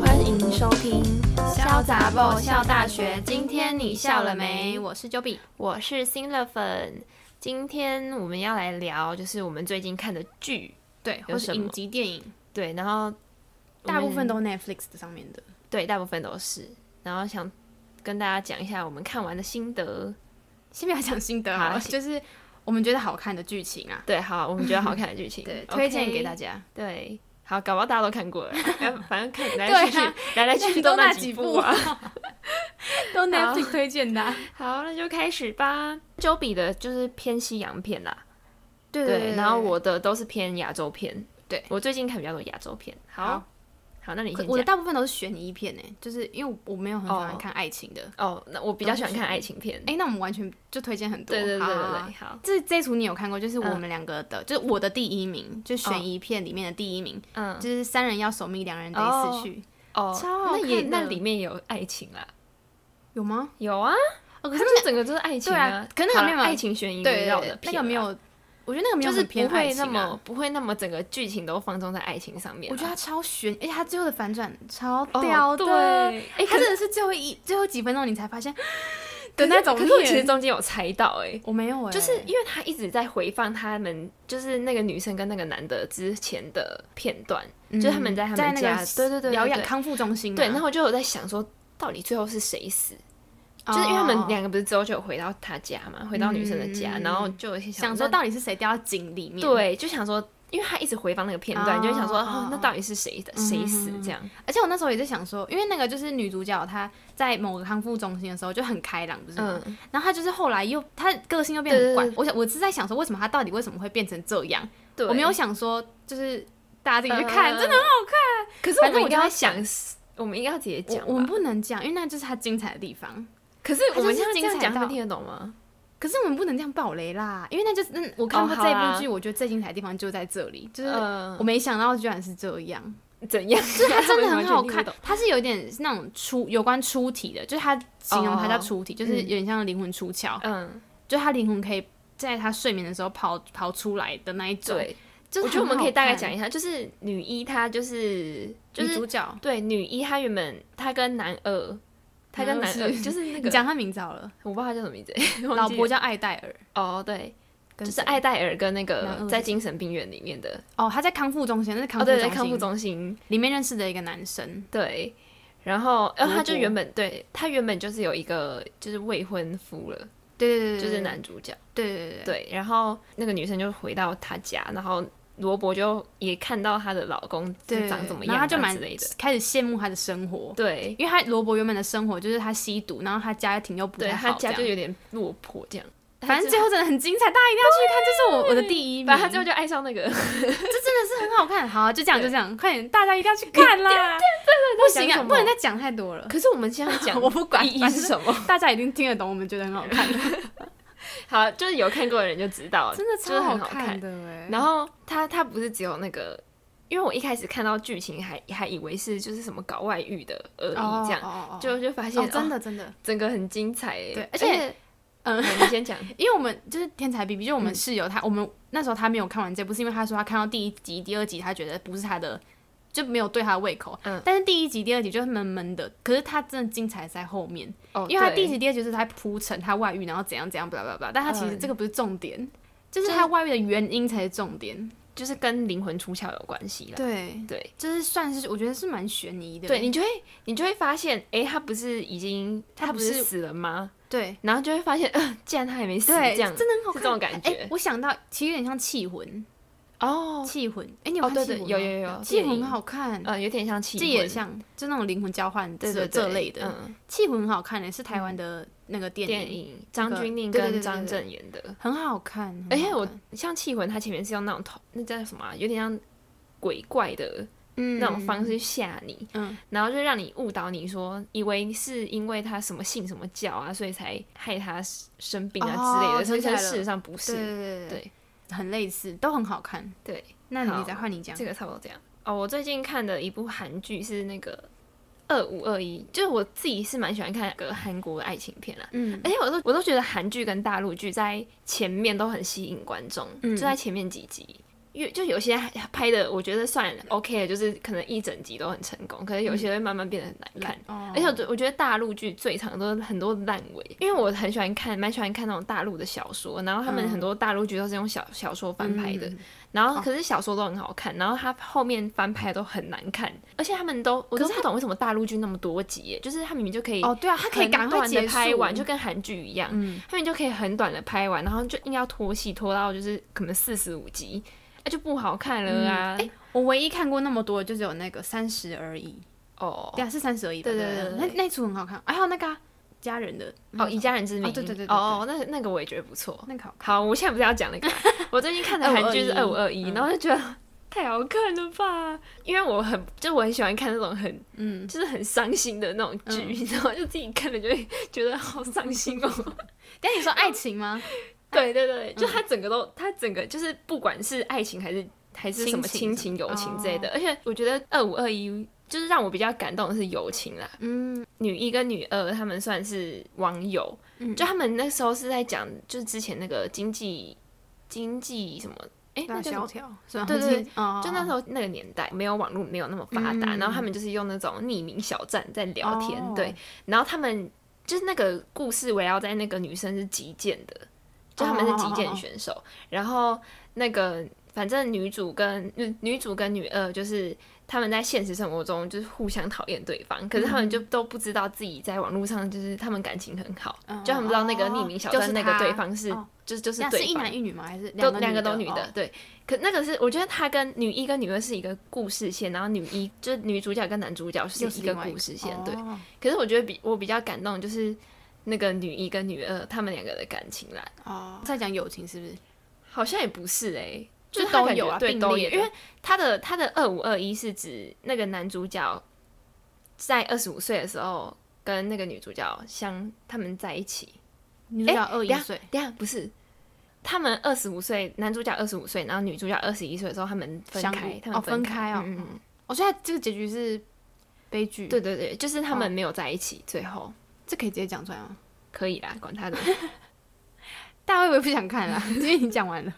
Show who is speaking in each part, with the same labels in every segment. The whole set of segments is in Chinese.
Speaker 1: 欢迎收听《
Speaker 2: 潇洒爆笑大学今天你笑了没
Speaker 1: 我是 Joey，
Speaker 2: 我是新乐粉，今天我们要来聊，就是我们最近看的剧，
Speaker 1: 对，
Speaker 2: 有
Speaker 1: 或是
Speaker 2: 什么
Speaker 1: 影集电影，
Speaker 2: 对，然后我
Speaker 1: 大部
Speaker 2: 们
Speaker 1: 分都 Netflix 上面的。
Speaker 2: 对，大部分都是，然后想跟大家讲一下我们看完的心得。
Speaker 1: 先不要讲心得
Speaker 2: 好
Speaker 1: 好了，
Speaker 2: 行
Speaker 1: 就是我们觉得好看的剧情啊，
Speaker 2: 对，好，我们觉得好看的剧 情，
Speaker 1: 对，
Speaker 2: OK
Speaker 1: 推荐给大。 家。
Speaker 2: 对，好，搞不好大家都看过 了，反正看来
Speaker 1: 对啊
Speaker 2: 来去去，来来去去都那 几部啊。
Speaker 1: 都 Netflix 推荐的啊、
Speaker 2: 好，那就开始吧。周比的就是偏西洋片啦，
Speaker 1: 对
Speaker 2: 对，然后我的都是偏亚洲片。
Speaker 1: 对
Speaker 2: 我最近看比较多亚洲片。好
Speaker 1: 好，，
Speaker 2: 好，那你先
Speaker 1: 我的
Speaker 2: 讲。
Speaker 1: 大部分都是悬疑片呢，就是因为我我没有很喜欢
Speaker 2: 哦
Speaker 1: 看爱情的。
Speaker 2: 哦，那我比较喜欢看爱情片。
Speaker 1: 哎、那我们完全就推荐很多。
Speaker 2: 对对对
Speaker 1: 好
Speaker 2: 对
Speaker 1: 好好
Speaker 2: 对，好，
Speaker 1: 这这一组你有看过，就是我
Speaker 2: 嗯
Speaker 1: 们两个的，就是我的第一名，就
Speaker 2: 哦
Speaker 1: 悬疑片里面的第一名，
Speaker 2: 嗯，
Speaker 1: 就是三人要守密，两人得一
Speaker 2: 哦
Speaker 1: 次去，
Speaker 2: 哦，
Speaker 1: 超好
Speaker 2: 那也
Speaker 1: 看的
Speaker 2: 那里面也有爱情啦，
Speaker 1: 有吗？
Speaker 2: 有啊，
Speaker 1: 哦，可
Speaker 2: 它
Speaker 1: 是
Speaker 2: 就整个就是爱情
Speaker 1: 对啊可
Speaker 2: 可
Speaker 1: 是那个没有
Speaker 2: 爱情悬疑围
Speaker 1: 对
Speaker 2: 绕的啊
Speaker 1: 那
Speaker 2: 片
Speaker 1: 个没
Speaker 2: 啦
Speaker 1: 有，我觉得那个没
Speaker 2: 就
Speaker 1: 有
Speaker 2: 是
Speaker 1: 很偏
Speaker 2: 不
Speaker 1: 爱
Speaker 2: 会
Speaker 1: 情、
Speaker 2: 那
Speaker 1: 啊、
Speaker 2: 么不会那么整个剧情都放纵在爱情上面啊。
Speaker 1: 我觉得它超悬，而且它最后的反转超
Speaker 2: 哦
Speaker 1: 屌的，
Speaker 2: 对哎
Speaker 1: 它
Speaker 2: 可
Speaker 1: 真的是最后一最后几分钟你才发现
Speaker 2: 可
Speaker 1: 的
Speaker 2: 是
Speaker 1: 那种
Speaker 2: 可
Speaker 1: 片，
Speaker 2: 是我其实中间有猜到哎。
Speaker 1: 我没有哎、
Speaker 2: 就是因为他一直在回放他们，就是那个女生跟那个男的之前的片段，就是他们在他们
Speaker 1: 嗯在那
Speaker 2: 家
Speaker 1: 个
Speaker 2: 对对对对
Speaker 1: 疗养
Speaker 2: 对
Speaker 1: 康复中心、啊，
Speaker 2: 对，然后我就有在想说，到底最后是谁死？就是因为他
Speaker 1: 哦
Speaker 2: 们两个不是之后就有回到他家嘛，回到女生的家，
Speaker 1: 嗯
Speaker 2: 然后就有些
Speaker 1: 想
Speaker 2: 说
Speaker 1: 说到底是谁掉到井里面，
Speaker 2: 对，就想说，因为他一直回放那个片段，
Speaker 1: 哦
Speaker 2: 你就会想说，
Speaker 1: 哦嗯
Speaker 2: 哦，那到底是谁的谁死这样？
Speaker 1: 而且我那时候也在想说，因为那个就是女主角她在某个康复中心的时候就很开朗，不是吗？
Speaker 2: 嗯，
Speaker 1: 然后她就是后来又她个性又变得很
Speaker 2: 对
Speaker 1: 怪
Speaker 2: 对。
Speaker 1: 我想我是在想说，为什么她到底为什么会变成这样？
Speaker 2: 对，
Speaker 1: 我没有想说就是大家自己 去看，
Speaker 2: 嗯
Speaker 1: 真的很好看。
Speaker 2: 可是我
Speaker 1: 反
Speaker 2: 们
Speaker 1: 正我
Speaker 2: 应
Speaker 1: 就
Speaker 2: 该
Speaker 1: 在
Speaker 2: 要想，我们应该要直接讲吧。
Speaker 1: 我我们不能讲，因为那就是她精彩的地方。
Speaker 2: 可是
Speaker 1: 它
Speaker 2: 我们
Speaker 1: 就是
Speaker 2: 现在这
Speaker 1: 精
Speaker 2: 样
Speaker 1: 彩
Speaker 2: 讲，他们
Speaker 1: 到
Speaker 2: 听得懂吗？
Speaker 1: 可是我们不能这样爆雷啦，因为那就是嗯，我看过
Speaker 2: 哦好
Speaker 1: 这
Speaker 2: 啦
Speaker 1: 部剧，我觉得最精彩的地方就在这里，就是
Speaker 2: 嗯
Speaker 1: 我，没想到居然是这 样。
Speaker 2: 怎样？
Speaker 1: 就是它真
Speaker 2: 我
Speaker 1: 的
Speaker 2: 完
Speaker 1: 很
Speaker 2: 全
Speaker 1: 好
Speaker 2: 听不
Speaker 1: 看
Speaker 2: 懂，
Speaker 1: 它是有点那种出有关出体的，就是它形容它叫出体就
Speaker 2: 嗯
Speaker 1: 是有点像灵魂出窍，
Speaker 2: 嗯，
Speaker 1: 就它灵魂可以在它睡眠的时候跑跑出来的那一种。，
Speaker 2: 对，
Speaker 1: 就是
Speaker 2: 我觉得我们可以大概讲
Speaker 1: 一
Speaker 2: 一下，就是女一她就是就
Speaker 1: 女
Speaker 2: 是
Speaker 1: 主角，
Speaker 2: 对女一她原本她跟男二，她跟
Speaker 1: 男
Speaker 2: 男
Speaker 1: 二
Speaker 2: 二
Speaker 1: 是
Speaker 2: 就是 那
Speaker 1: 你
Speaker 2: 个
Speaker 1: 讲她名字好了，
Speaker 2: 我不知道她叫什么名 字，忘
Speaker 1: 老
Speaker 2: 记
Speaker 1: 婆
Speaker 2: 了
Speaker 1: 叫艾黛尔，
Speaker 2: 哦对，
Speaker 1: 跟
Speaker 2: 就是
Speaker 1: 谁
Speaker 2: 艾黛尔跟那
Speaker 1: 男二
Speaker 2: 个
Speaker 1: 是
Speaker 2: 在
Speaker 1: 谁
Speaker 2: 精神病院里面的
Speaker 1: 哦，她在康复中心，那是康
Speaker 2: 哦
Speaker 1: 复中
Speaker 2: 对
Speaker 1: 心
Speaker 2: 对康复中心
Speaker 1: 里面认识的一个男生，
Speaker 2: 对，然后呃
Speaker 1: 德
Speaker 2: 她就
Speaker 1: 国
Speaker 2: 原本对她原本就是有一个就是未婚夫了，
Speaker 1: 对对对，对
Speaker 2: 就是，男主角。
Speaker 1: 对对对对，
Speaker 2: 对，然后那个女生就回到她家，然后罗伯就也看到她的老公
Speaker 1: 对
Speaker 2: 是长怎么
Speaker 1: 然
Speaker 2: 样
Speaker 1: 后
Speaker 2: 啊
Speaker 1: 她就蛮
Speaker 2: 之类的。
Speaker 1: 开始羡慕她的生活。
Speaker 2: 对，
Speaker 1: 因为她罗伯原本的生活就是她吸毒，然后她家庭又不
Speaker 2: 对
Speaker 1: 太
Speaker 2: 她
Speaker 1: 好，
Speaker 2: 家
Speaker 1: 这样
Speaker 2: 就有点落魄这样。
Speaker 1: 反正
Speaker 2: 她
Speaker 1: 最
Speaker 2: 就
Speaker 1: 后真的很精彩，大家一定要去看，这是我我的第一名。
Speaker 2: 反正她最后就爱上那 个，
Speaker 1: 这很好看，好，就这样
Speaker 2: 对
Speaker 1: 就这样，快点，大家一定要去看啦！不行
Speaker 2: 讲
Speaker 1: 啊，
Speaker 2: 什么
Speaker 1: 不能再讲太多了，
Speaker 2: 可是我们现 在讲
Speaker 1: 我不管
Speaker 2: 意义
Speaker 1: 反
Speaker 2: 是什
Speaker 1: 正
Speaker 2: 么。
Speaker 1: 大家一定听得懂，我们觉得很好看，
Speaker 2: 好，就是有看过的人就知道，
Speaker 1: 真的
Speaker 2: 就是
Speaker 1: 超
Speaker 2: 很好
Speaker 1: 看
Speaker 2: 看。
Speaker 1: 的哎。
Speaker 2: 然后她她不是只有那个，因为我一开始看到剧情还还以为是就是什么搞外遇的而已，这样、
Speaker 1: 样
Speaker 2: 就就发现、
Speaker 1: 哦，真
Speaker 2: 哦
Speaker 1: 的真的，
Speaker 2: 整个很精彩耶。
Speaker 1: 对而
Speaker 2: 而
Speaker 1: 且嗯
Speaker 2: 好你先 讲。
Speaker 1: 因为我们就是天才 B B，就是我们
Speaker 2: 嗯
Speaker 1: 室友他，我们那时候他没有看完这部，是因为他说他看到第一集、第二集，他觉得不是他的，就没有对他的胃口。
Speaker 2: 嗯
Speaker 1: 但是第一集、第二集就是闷闷的，可是他真的精彩在后面，
Speaker 2: 哦，
Speaker 1: 因为他
Speaker 2: 对
Speaker 1: 第一集、第二集就是他铺陈他外遇，然后怎样怎样，巴拉巴拉巴拉。但他其实
Speaker 2: 嗯
Speaker 1: 这个不是重点，就是
Speaker 2: 就是
Speaker 1: 他外遇的原因才是重点。
Speaker 2: 就是跟灵魂出窍有关系啦。
Speaker 1: 对，
Speaker 2: 对
Speaker 1: 就是算是我觉得是蛮悬疑的。欸
Speaker 2: 对，你就会你就会发现，诶，他不是已经
Speaker 1: 他
Speaker 2: 他
Speaker 1: 不
Speaker 2: 不是
Speaker 1: 是
Speaker 2: 死了吗？
Speaker 1: 对
Speaker 2: 然后就会发现，嗯、既然他还没死，
Speaker 1: 对，
Speaker 2: 这样
Speaker 1: 真的很好看，
Speaker 2: 是这种感
Speaker 1: 哎
Speaker 2: 觉
Speaker 1: 我想到其实有点像《气魂》，
Speaker 2: 哦，
Speaker 1: 气魂，哎，你有
Speaker 2: 哦
Speaker 1: 看
Speaker 2: 对
Speaker 1: 气
Speaker 2: 对
Speaker 1: 魂
Speaker 2: 有
Speaker 1: 吗
Speaker 2: 有有
Speaker 1: 气
Speaker 2: 电
Speaker 1: 魂很
Speaker 2: 影
Speaker 1: 好看。
Speaker 2: 呃，有点像气
Speaker 1: 这
Speaker 2: 魂，
Speaker 1: 也嗯像就那种灵魂交换
Speaker 2: 对
Speaker 1: 这
Speaker 2: 对
Speaker 1: 这
Speaker 2: 对
Speaker 1: 类的，
Speaker 2: 嗯，
Speaker 1: 气魂很好看的，是台湾的那个电
Speaker 2: 电
Speaker 1: 影，
Speaker 2: 影张
Speaker 1: 那个
Speaker 2: 钧甯
Speaker 1: 对对对
Speaker 2: 跟
Speaker 1: 对
Speaker 2: 张
Speaker 1: 对
Speaker 2: 震演的。
Speaker 1: 很好看。很
Speaker 2: 而且
Speaker 1: 好
Speaker 2: 我
Speaker 1: 看
Speaker 2: 像气魂，它前面是用那种头，那叫什么啊、有点像鬼怪的
Speaker 1: 嗯
Speaker 2: 那种方式，去吓你，
Speaker 1: 嗯，
Speaker 2: 然后就让你误导你说，以为是因为他什么信什么教啊，所以才害他生病啊之类的，
Speaker 1: 哦
Speaker 2: 所以
Speaker 1: 想起来
Speaker 2: 但
Speaker 1: 了
Speaker 2: 事实上不
Speaker 1: 对
Speaker 2: 是。
Speaker 1: 对
Speaker 2: 对，
Speaker 1: 很类似，都很好看。
Speaker 2: 对，
Speaker 1: 那你
Speaker 2: 好
Speaker 1: 再换你讲
Speaker 2: 这，个差不多这样。哦，我最近看的一部韩剧是那个二五二一，就是我自己是蛮喜欢看那个韩国的爱情片啊啦。
Speaker 1: 嗯
Speaker 2: 而且我都我都觉得韩剧跟大陆剧在前面都很吸引观众，
Speaker 1: 嗯
Speaker 2: 就在前面几集，因越就有些拍的，我觉得算 OK 的，就是可能一整集都很成功，可是有些会慢慢变得很难看。
Speaker 1: 嗯哦
Speaker 2: 而且我觉我觉得大陆剧最常都是很多烂尾，因为我很喜欢看，蛮喜欢看那种大陆的小说，然后他们
Speaker 1: 嗯
Speaker 2: 很多大陆剧都是用小小说翻拍的，然
Speaker 1: 哦
Speaker 2: 后可是小说都很好看，然后它后面翻拍都很难看，而且他们都我都不懂为什么大陆剧那么多集耶，就是他们明明就可以
Speaker 1: 哦，对啊，他可以赶快
Speaker 2: 的
Speaker 1: 结
Speaker 2: 拍
Speaker 1: 束
Speaker 2: 完，就跟韩剧一样，
Speaker 1: 嗯
Speaker 2: 他们就可以很短的拍完，然后就硬要拖戏拖到就是可能四十五集，那、就不好看了啊。
Speaker 1: 我唯一看过那么多，就只有那个三十而已，
Speaker 2: 哦
Speaker 1: 对啊，是三十而已吧。
Speaker 2: 对对
Speaker 1: 对
Speaker 2: 对对
Speaker 1: 那那一出很好看，哎还有那个啊家人的
Speaker 2: 哦，以家人之名，
Speaker 1: 哦对对对对对
Speaker 2: 哦，那那个我也觉得不错。
Speaker 1: 那个好看，
Speaker 2: 好，我现在不是要讲那 个，啊我最近看的韩剧是二五二一，
Speaker 1: 2521
Speaker 2: 然后就觉得太好看了吧，因为我很就我很喜欢看那种很
Speaker 1: 嗯，
Speaker 2: 就是很伤心的那种剧，然后就自己看了就会觉得好伤心哦。
Speaker 1: 但你说爱情 吗？
Speaker 2: 对对对，就他整个都，他整个就是不管是爱情还是还是什么亲
Speaker 1: 亲
Speaker 2: 情、
Speaker 1: 情
Speaker 2: 友情之类的，
Speaker 1: 哦
Speaker 2: 而且我觉得二五二一就是让我比较感动的是友情啦。
Speaker 1: 嗯，
Speaker 2: 女一跟女二他们算是网友，
Speaker 1: 嗯
Speaker 2: 就他们那时候是在讲，就是之前那个经济经济什么，哎、那
Speaker 1: 那
Speaker 2: 叫什
Speaker 1: 萧
Speaker 2: 么
Speaker 1: 条是吧？
Speaker 2: 对对
Speaker 1: 就，哦
Speaker 2: 就那时候那个年代没有网络，没有那么发达，
Speaker 1: 嗯
Speaker 2: 然后他们就是用那种匿名小站在聊天，
Speaker 1: 哦
Speaker 2: 对，然后他们就是那个故事围绕在那个女生是击剑的，就他们是击剑选
Speaker 1: 哦
Speaker 2: 手，然后那个反正女主跟女女主跟女二就是。他们在现实生活中就是互相讨厌对
Speaker 1: 嗯
Speaker 2: 方，可是他们就都不知道自己在网络上就是他们感情很好，
Speaker 1: 嗯
Speaker 2: 就他们不知道那个匿名小
Speaker 1: 就
Speaker 2: 站
Speaker 1: 是
Speaker 2: 那个
Speaker 1: 他
Speaker 2: 对方是、
Speaker 1: 哦
Speaker 2: 就是就是
Speaker 1: 那
Speaker 2: 对
Speaker 1: 是一
Speaker 2: 方
Speaker 1: 男一女吗？还是
Speaker 2: 都
Speaker 1: 两
Speaker 2: 两个都女
Speaker 1: 的？
Speaker 2: 的，
Speaker 1: 哦
Speaker 2: 对。可那个是，我觉得她跟女一跟女二是一个故事线，然后女一就是女主角跟男主角是
Speaker 1: 又是
Speaker 2: 一个
Speaker 1: 另外一
Speaker 2: 故
Speaker 1: 个
Speaker 2: 事线，对。
Speaker 1: 哦
Speaker 2: 可是我觉得比我比较感动就是那个女一跟女二他们两个的感情啦，
Speaker 1: 哦，在讲友情是不是？
Speaker 2: 好像也不是哎、
Speaker 1: 就是
Speaker 2: 她
Speaker 1: 都
Speaker 2: 感觉
Speaker 1: 有啊
Speaker 2: 对
Speaker 1: 并
Speaker 2: 都有，
Speaker 1: 列的
Speaker 2: 因为他的他的二五二一是指那个男主角在二十五岁的时候跟那个女主角相他们在一起，
Speaker 1: 女主角
Speaker 2: 诶
Speaker 1: 二一
Speaker 2: 等下
Speaker 1: 岁，
Speaker 2: 等一下不是，他们二十五岁，男主角二十五岁，然后女主角二十一岁的时候，他们分
Speaker 1: 相
Speaker 2: 开
Speaker 1: 遇，
Speaker 2: 他们
Speaker 1: 哦分
Speaker 2: 开
Speaker 1: 开哦
Speaker 2: 嗯嗯嗯
Speaker 1: 我现在这个结局是悲剧，
Speaker 2: 对，对对，就是他们没有在一起，最后
Speaker 1: 这可以直接讲出来吗？
Speaker 2: 可以啦，管他的。
Speaker 1: 大家会不会不想看 了？因为你讲完了。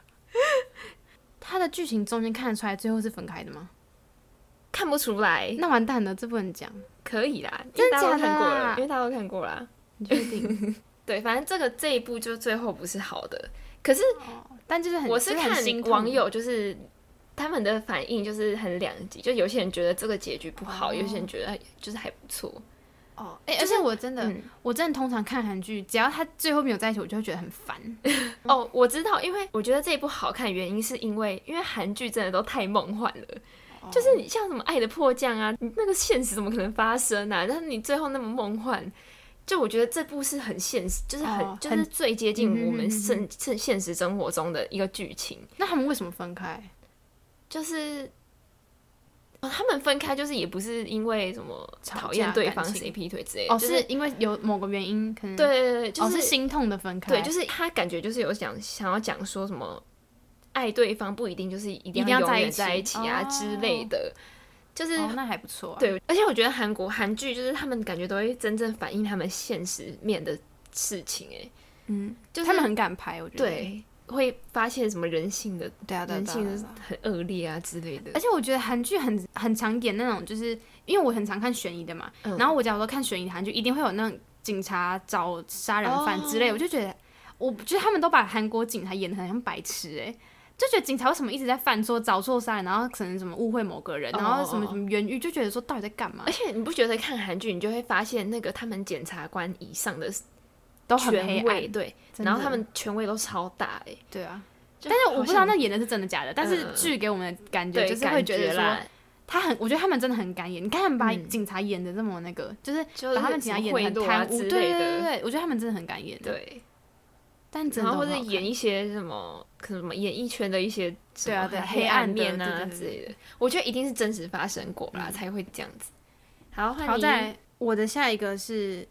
Speaker 1: 它的剧情中间看得出来最后是分开的吗？
Speaker 2: 看不出来，
Speaker 1: 那完蛋了，这不能讲。
Speaker 2: 可以啦，因
Speaker 1: 真
Speaker 2: 为
Speaker 1: 的
Speaker 2: 大家都
Speaker 1: 假的
Speaker 2: 看过了
Speaker 1: 啊，
Speaker 2: 因为大家都看过啦。
Speaker 1: 你确定？
Speaker 2: 对，反正这个这一部就最后不是好的，可是
Speaker 1: 但就是很，
Speaker 2: 我是
Speaker 1: 就是很
Speaker 2: 看
Speaker 1: 心痛
Speaker 2: 网友就是他们的反应就是很两极，就有些人觉得这个结局不好，
Speaker 1: 哦
Speaker 2: 有些人觉得哎就是还不错。
Speaker 1: 哦，哎、
Speaker 2: 就
Speaker 1: 而
Speaker 2: 是
Speaker 1: 且我真的，
Speaker 2: 嗯
Speaker 1: 我真的通常看韩剧，只要他最后没有在一起，我就会觉得很烦。
Speaker 2: 哦，我知道，因为我觉得这一部好看的原因是因为，因为韩剧真的都太梦幻了，
Speaker 1: 哦
Speaker 2: 就是你像什么《爱的迫降》啊，你那个现实怎么可能发生啊？但是你最后那么梦幻，就我觉得这部是很现实，就是很、
Speaker 1: 哦
Speaker 2: 就是
Speaker 1: 很
Speaker 2: 最接近我们
Speaker 1: 嗯嗯嗯嗯
Speaker 2: 现现现实生活中的一个剧情，
Speaker 1: 那他们为什么分开？
Speaker 2: 就是。哦，他们分开就是也不是因为什么
Speaker 1: 吵
Speaker 2: 讨厌
Speaker 1: 架
Speaker 2: 对
Speaker 1: 感
Speaker 2: 方
Speaker 1: 情
Speaker 2: 谁劈腿之类的，
Speaker 1: 哦，
Speaker 2: 就是
Speaker 1: 因为有某个原因，可能
Speaker 2: 对，对对，就
Speaker 1: 哦是心痛的分开，
Speaker 2: 对，就是他感觉就是有想想要讲说什么，爱对方不一定就是一定
Speaker 1: 一定要
Speaker 2: 永
Speaker 1: 在一
Speaker 2: 远
Speaker 1: 起
Speaker 2: 在一起啊
Speaker 1: 哦
Speaker 2: 之类的，就是、
Speaker 1: 哦，那还不错、啊。，
Speaker 2: 对，而且我觉得韩国韩剧就是他们感觉都会真正反映他们现实面的事情、欸，
Speaker 1: 嗯，
Speaker 2: 就是
Speaker 1: 他们很敢拍，我觉得。
Speaker 2: 对，会发现什么人性的
Speaker 1: 对啊，对啊
Speaker 2: 人
Speaker 1: 对啊
Speaker 2: 性
Speaker 1: 对啊
Speaker 2: 是
Speaker 1: 对啊
Speaker 2: 很恶劣啊之类的
Speaker 1: 而，且我觉得韩剧很很常演那种，就是因为我很常看悬疑的嘛，
Speaker 2: 嗯
Speaker 1: 然后我假如说看悬疑的韩剧，一定会有那种警察找杀人犯之类，
Speaker 2: 哦
Speaker 1: 我就觉得，我觉得他们都把韩国警察演的很像白痴哎、就觉得警察为什么一直在犯错、找错杀人，然后可能什么误会某个人，
Speaker 2: 哦
Speaker 1: 然后什么什么冤狱，就觉得说到底在干嘛
Speaker 2: 而，且你不觉得看韩剧你就会发现那个他们检察官以上的
Speaker 1: 都很黑
Speaker 2: 权位，
Speaker 1: 暗。
Speaker 2: 对，
Speaker 1: 真的
Speaker 2: 然后他们权位都超大、欸，哎，
Speaker 1: 对啊，
Speaker 2: 但
Speaker 1: 但是我不知道那演的是真的假的，但是
Speaker 2: 嗯
Speaker 1: 剧给我们的感觉
Speaker 2: 对
Speaker 1: 就是会觉得
Speaker 2: 感
Speaker 1: 说
Speaker 2: 啦，
Speaker 1: 他很，我觉得他们真的很敢演。你看他们把
Speaker 2: 嗯
Speaker 1: 警察演的这么那个，就是
Speaker 2: 就是
Speaker 1: 把他们警察演的
Speaker 2: 什么贿
Speaker 1: 很
Speaker 2: 赂啊
Speaker 1: 贪污，
Speaker 2: 之
Speaker 1: 对
Speaker 2: 类
Speaker 1: 对
Speaker 2: 的
Speaker 1: 对对，我觉得他们真的很敢演。，
Speaker 2: 对，
Speaker 1: 但真
Speaker 2: 然
Speaker 1: 的
Speaker 2: 后或
Speaker 1: 很
Speaker 2: 者
Speaker 1: 好看
Speaker 2: 演一些什么，可能什么演艺圈的一些什
Speaker 1: 对啊
Speaker 2: 么
Speaker 1: 对啊
Speaker 2: 黑
Speaker 1: 黑暗
Speaker 2: 暗
Speaker 1: 的
Speaker 2: 面啊
Speaker 1: 对对
Speaker 2: 之
Speaker 1: 对
Speaker 2: 类的，我觉得一定是真实发生过啦，才会这样子。好，换
Speaker 1: 好
Speaker 2: 你
Speaker 1: 在我的下一个是，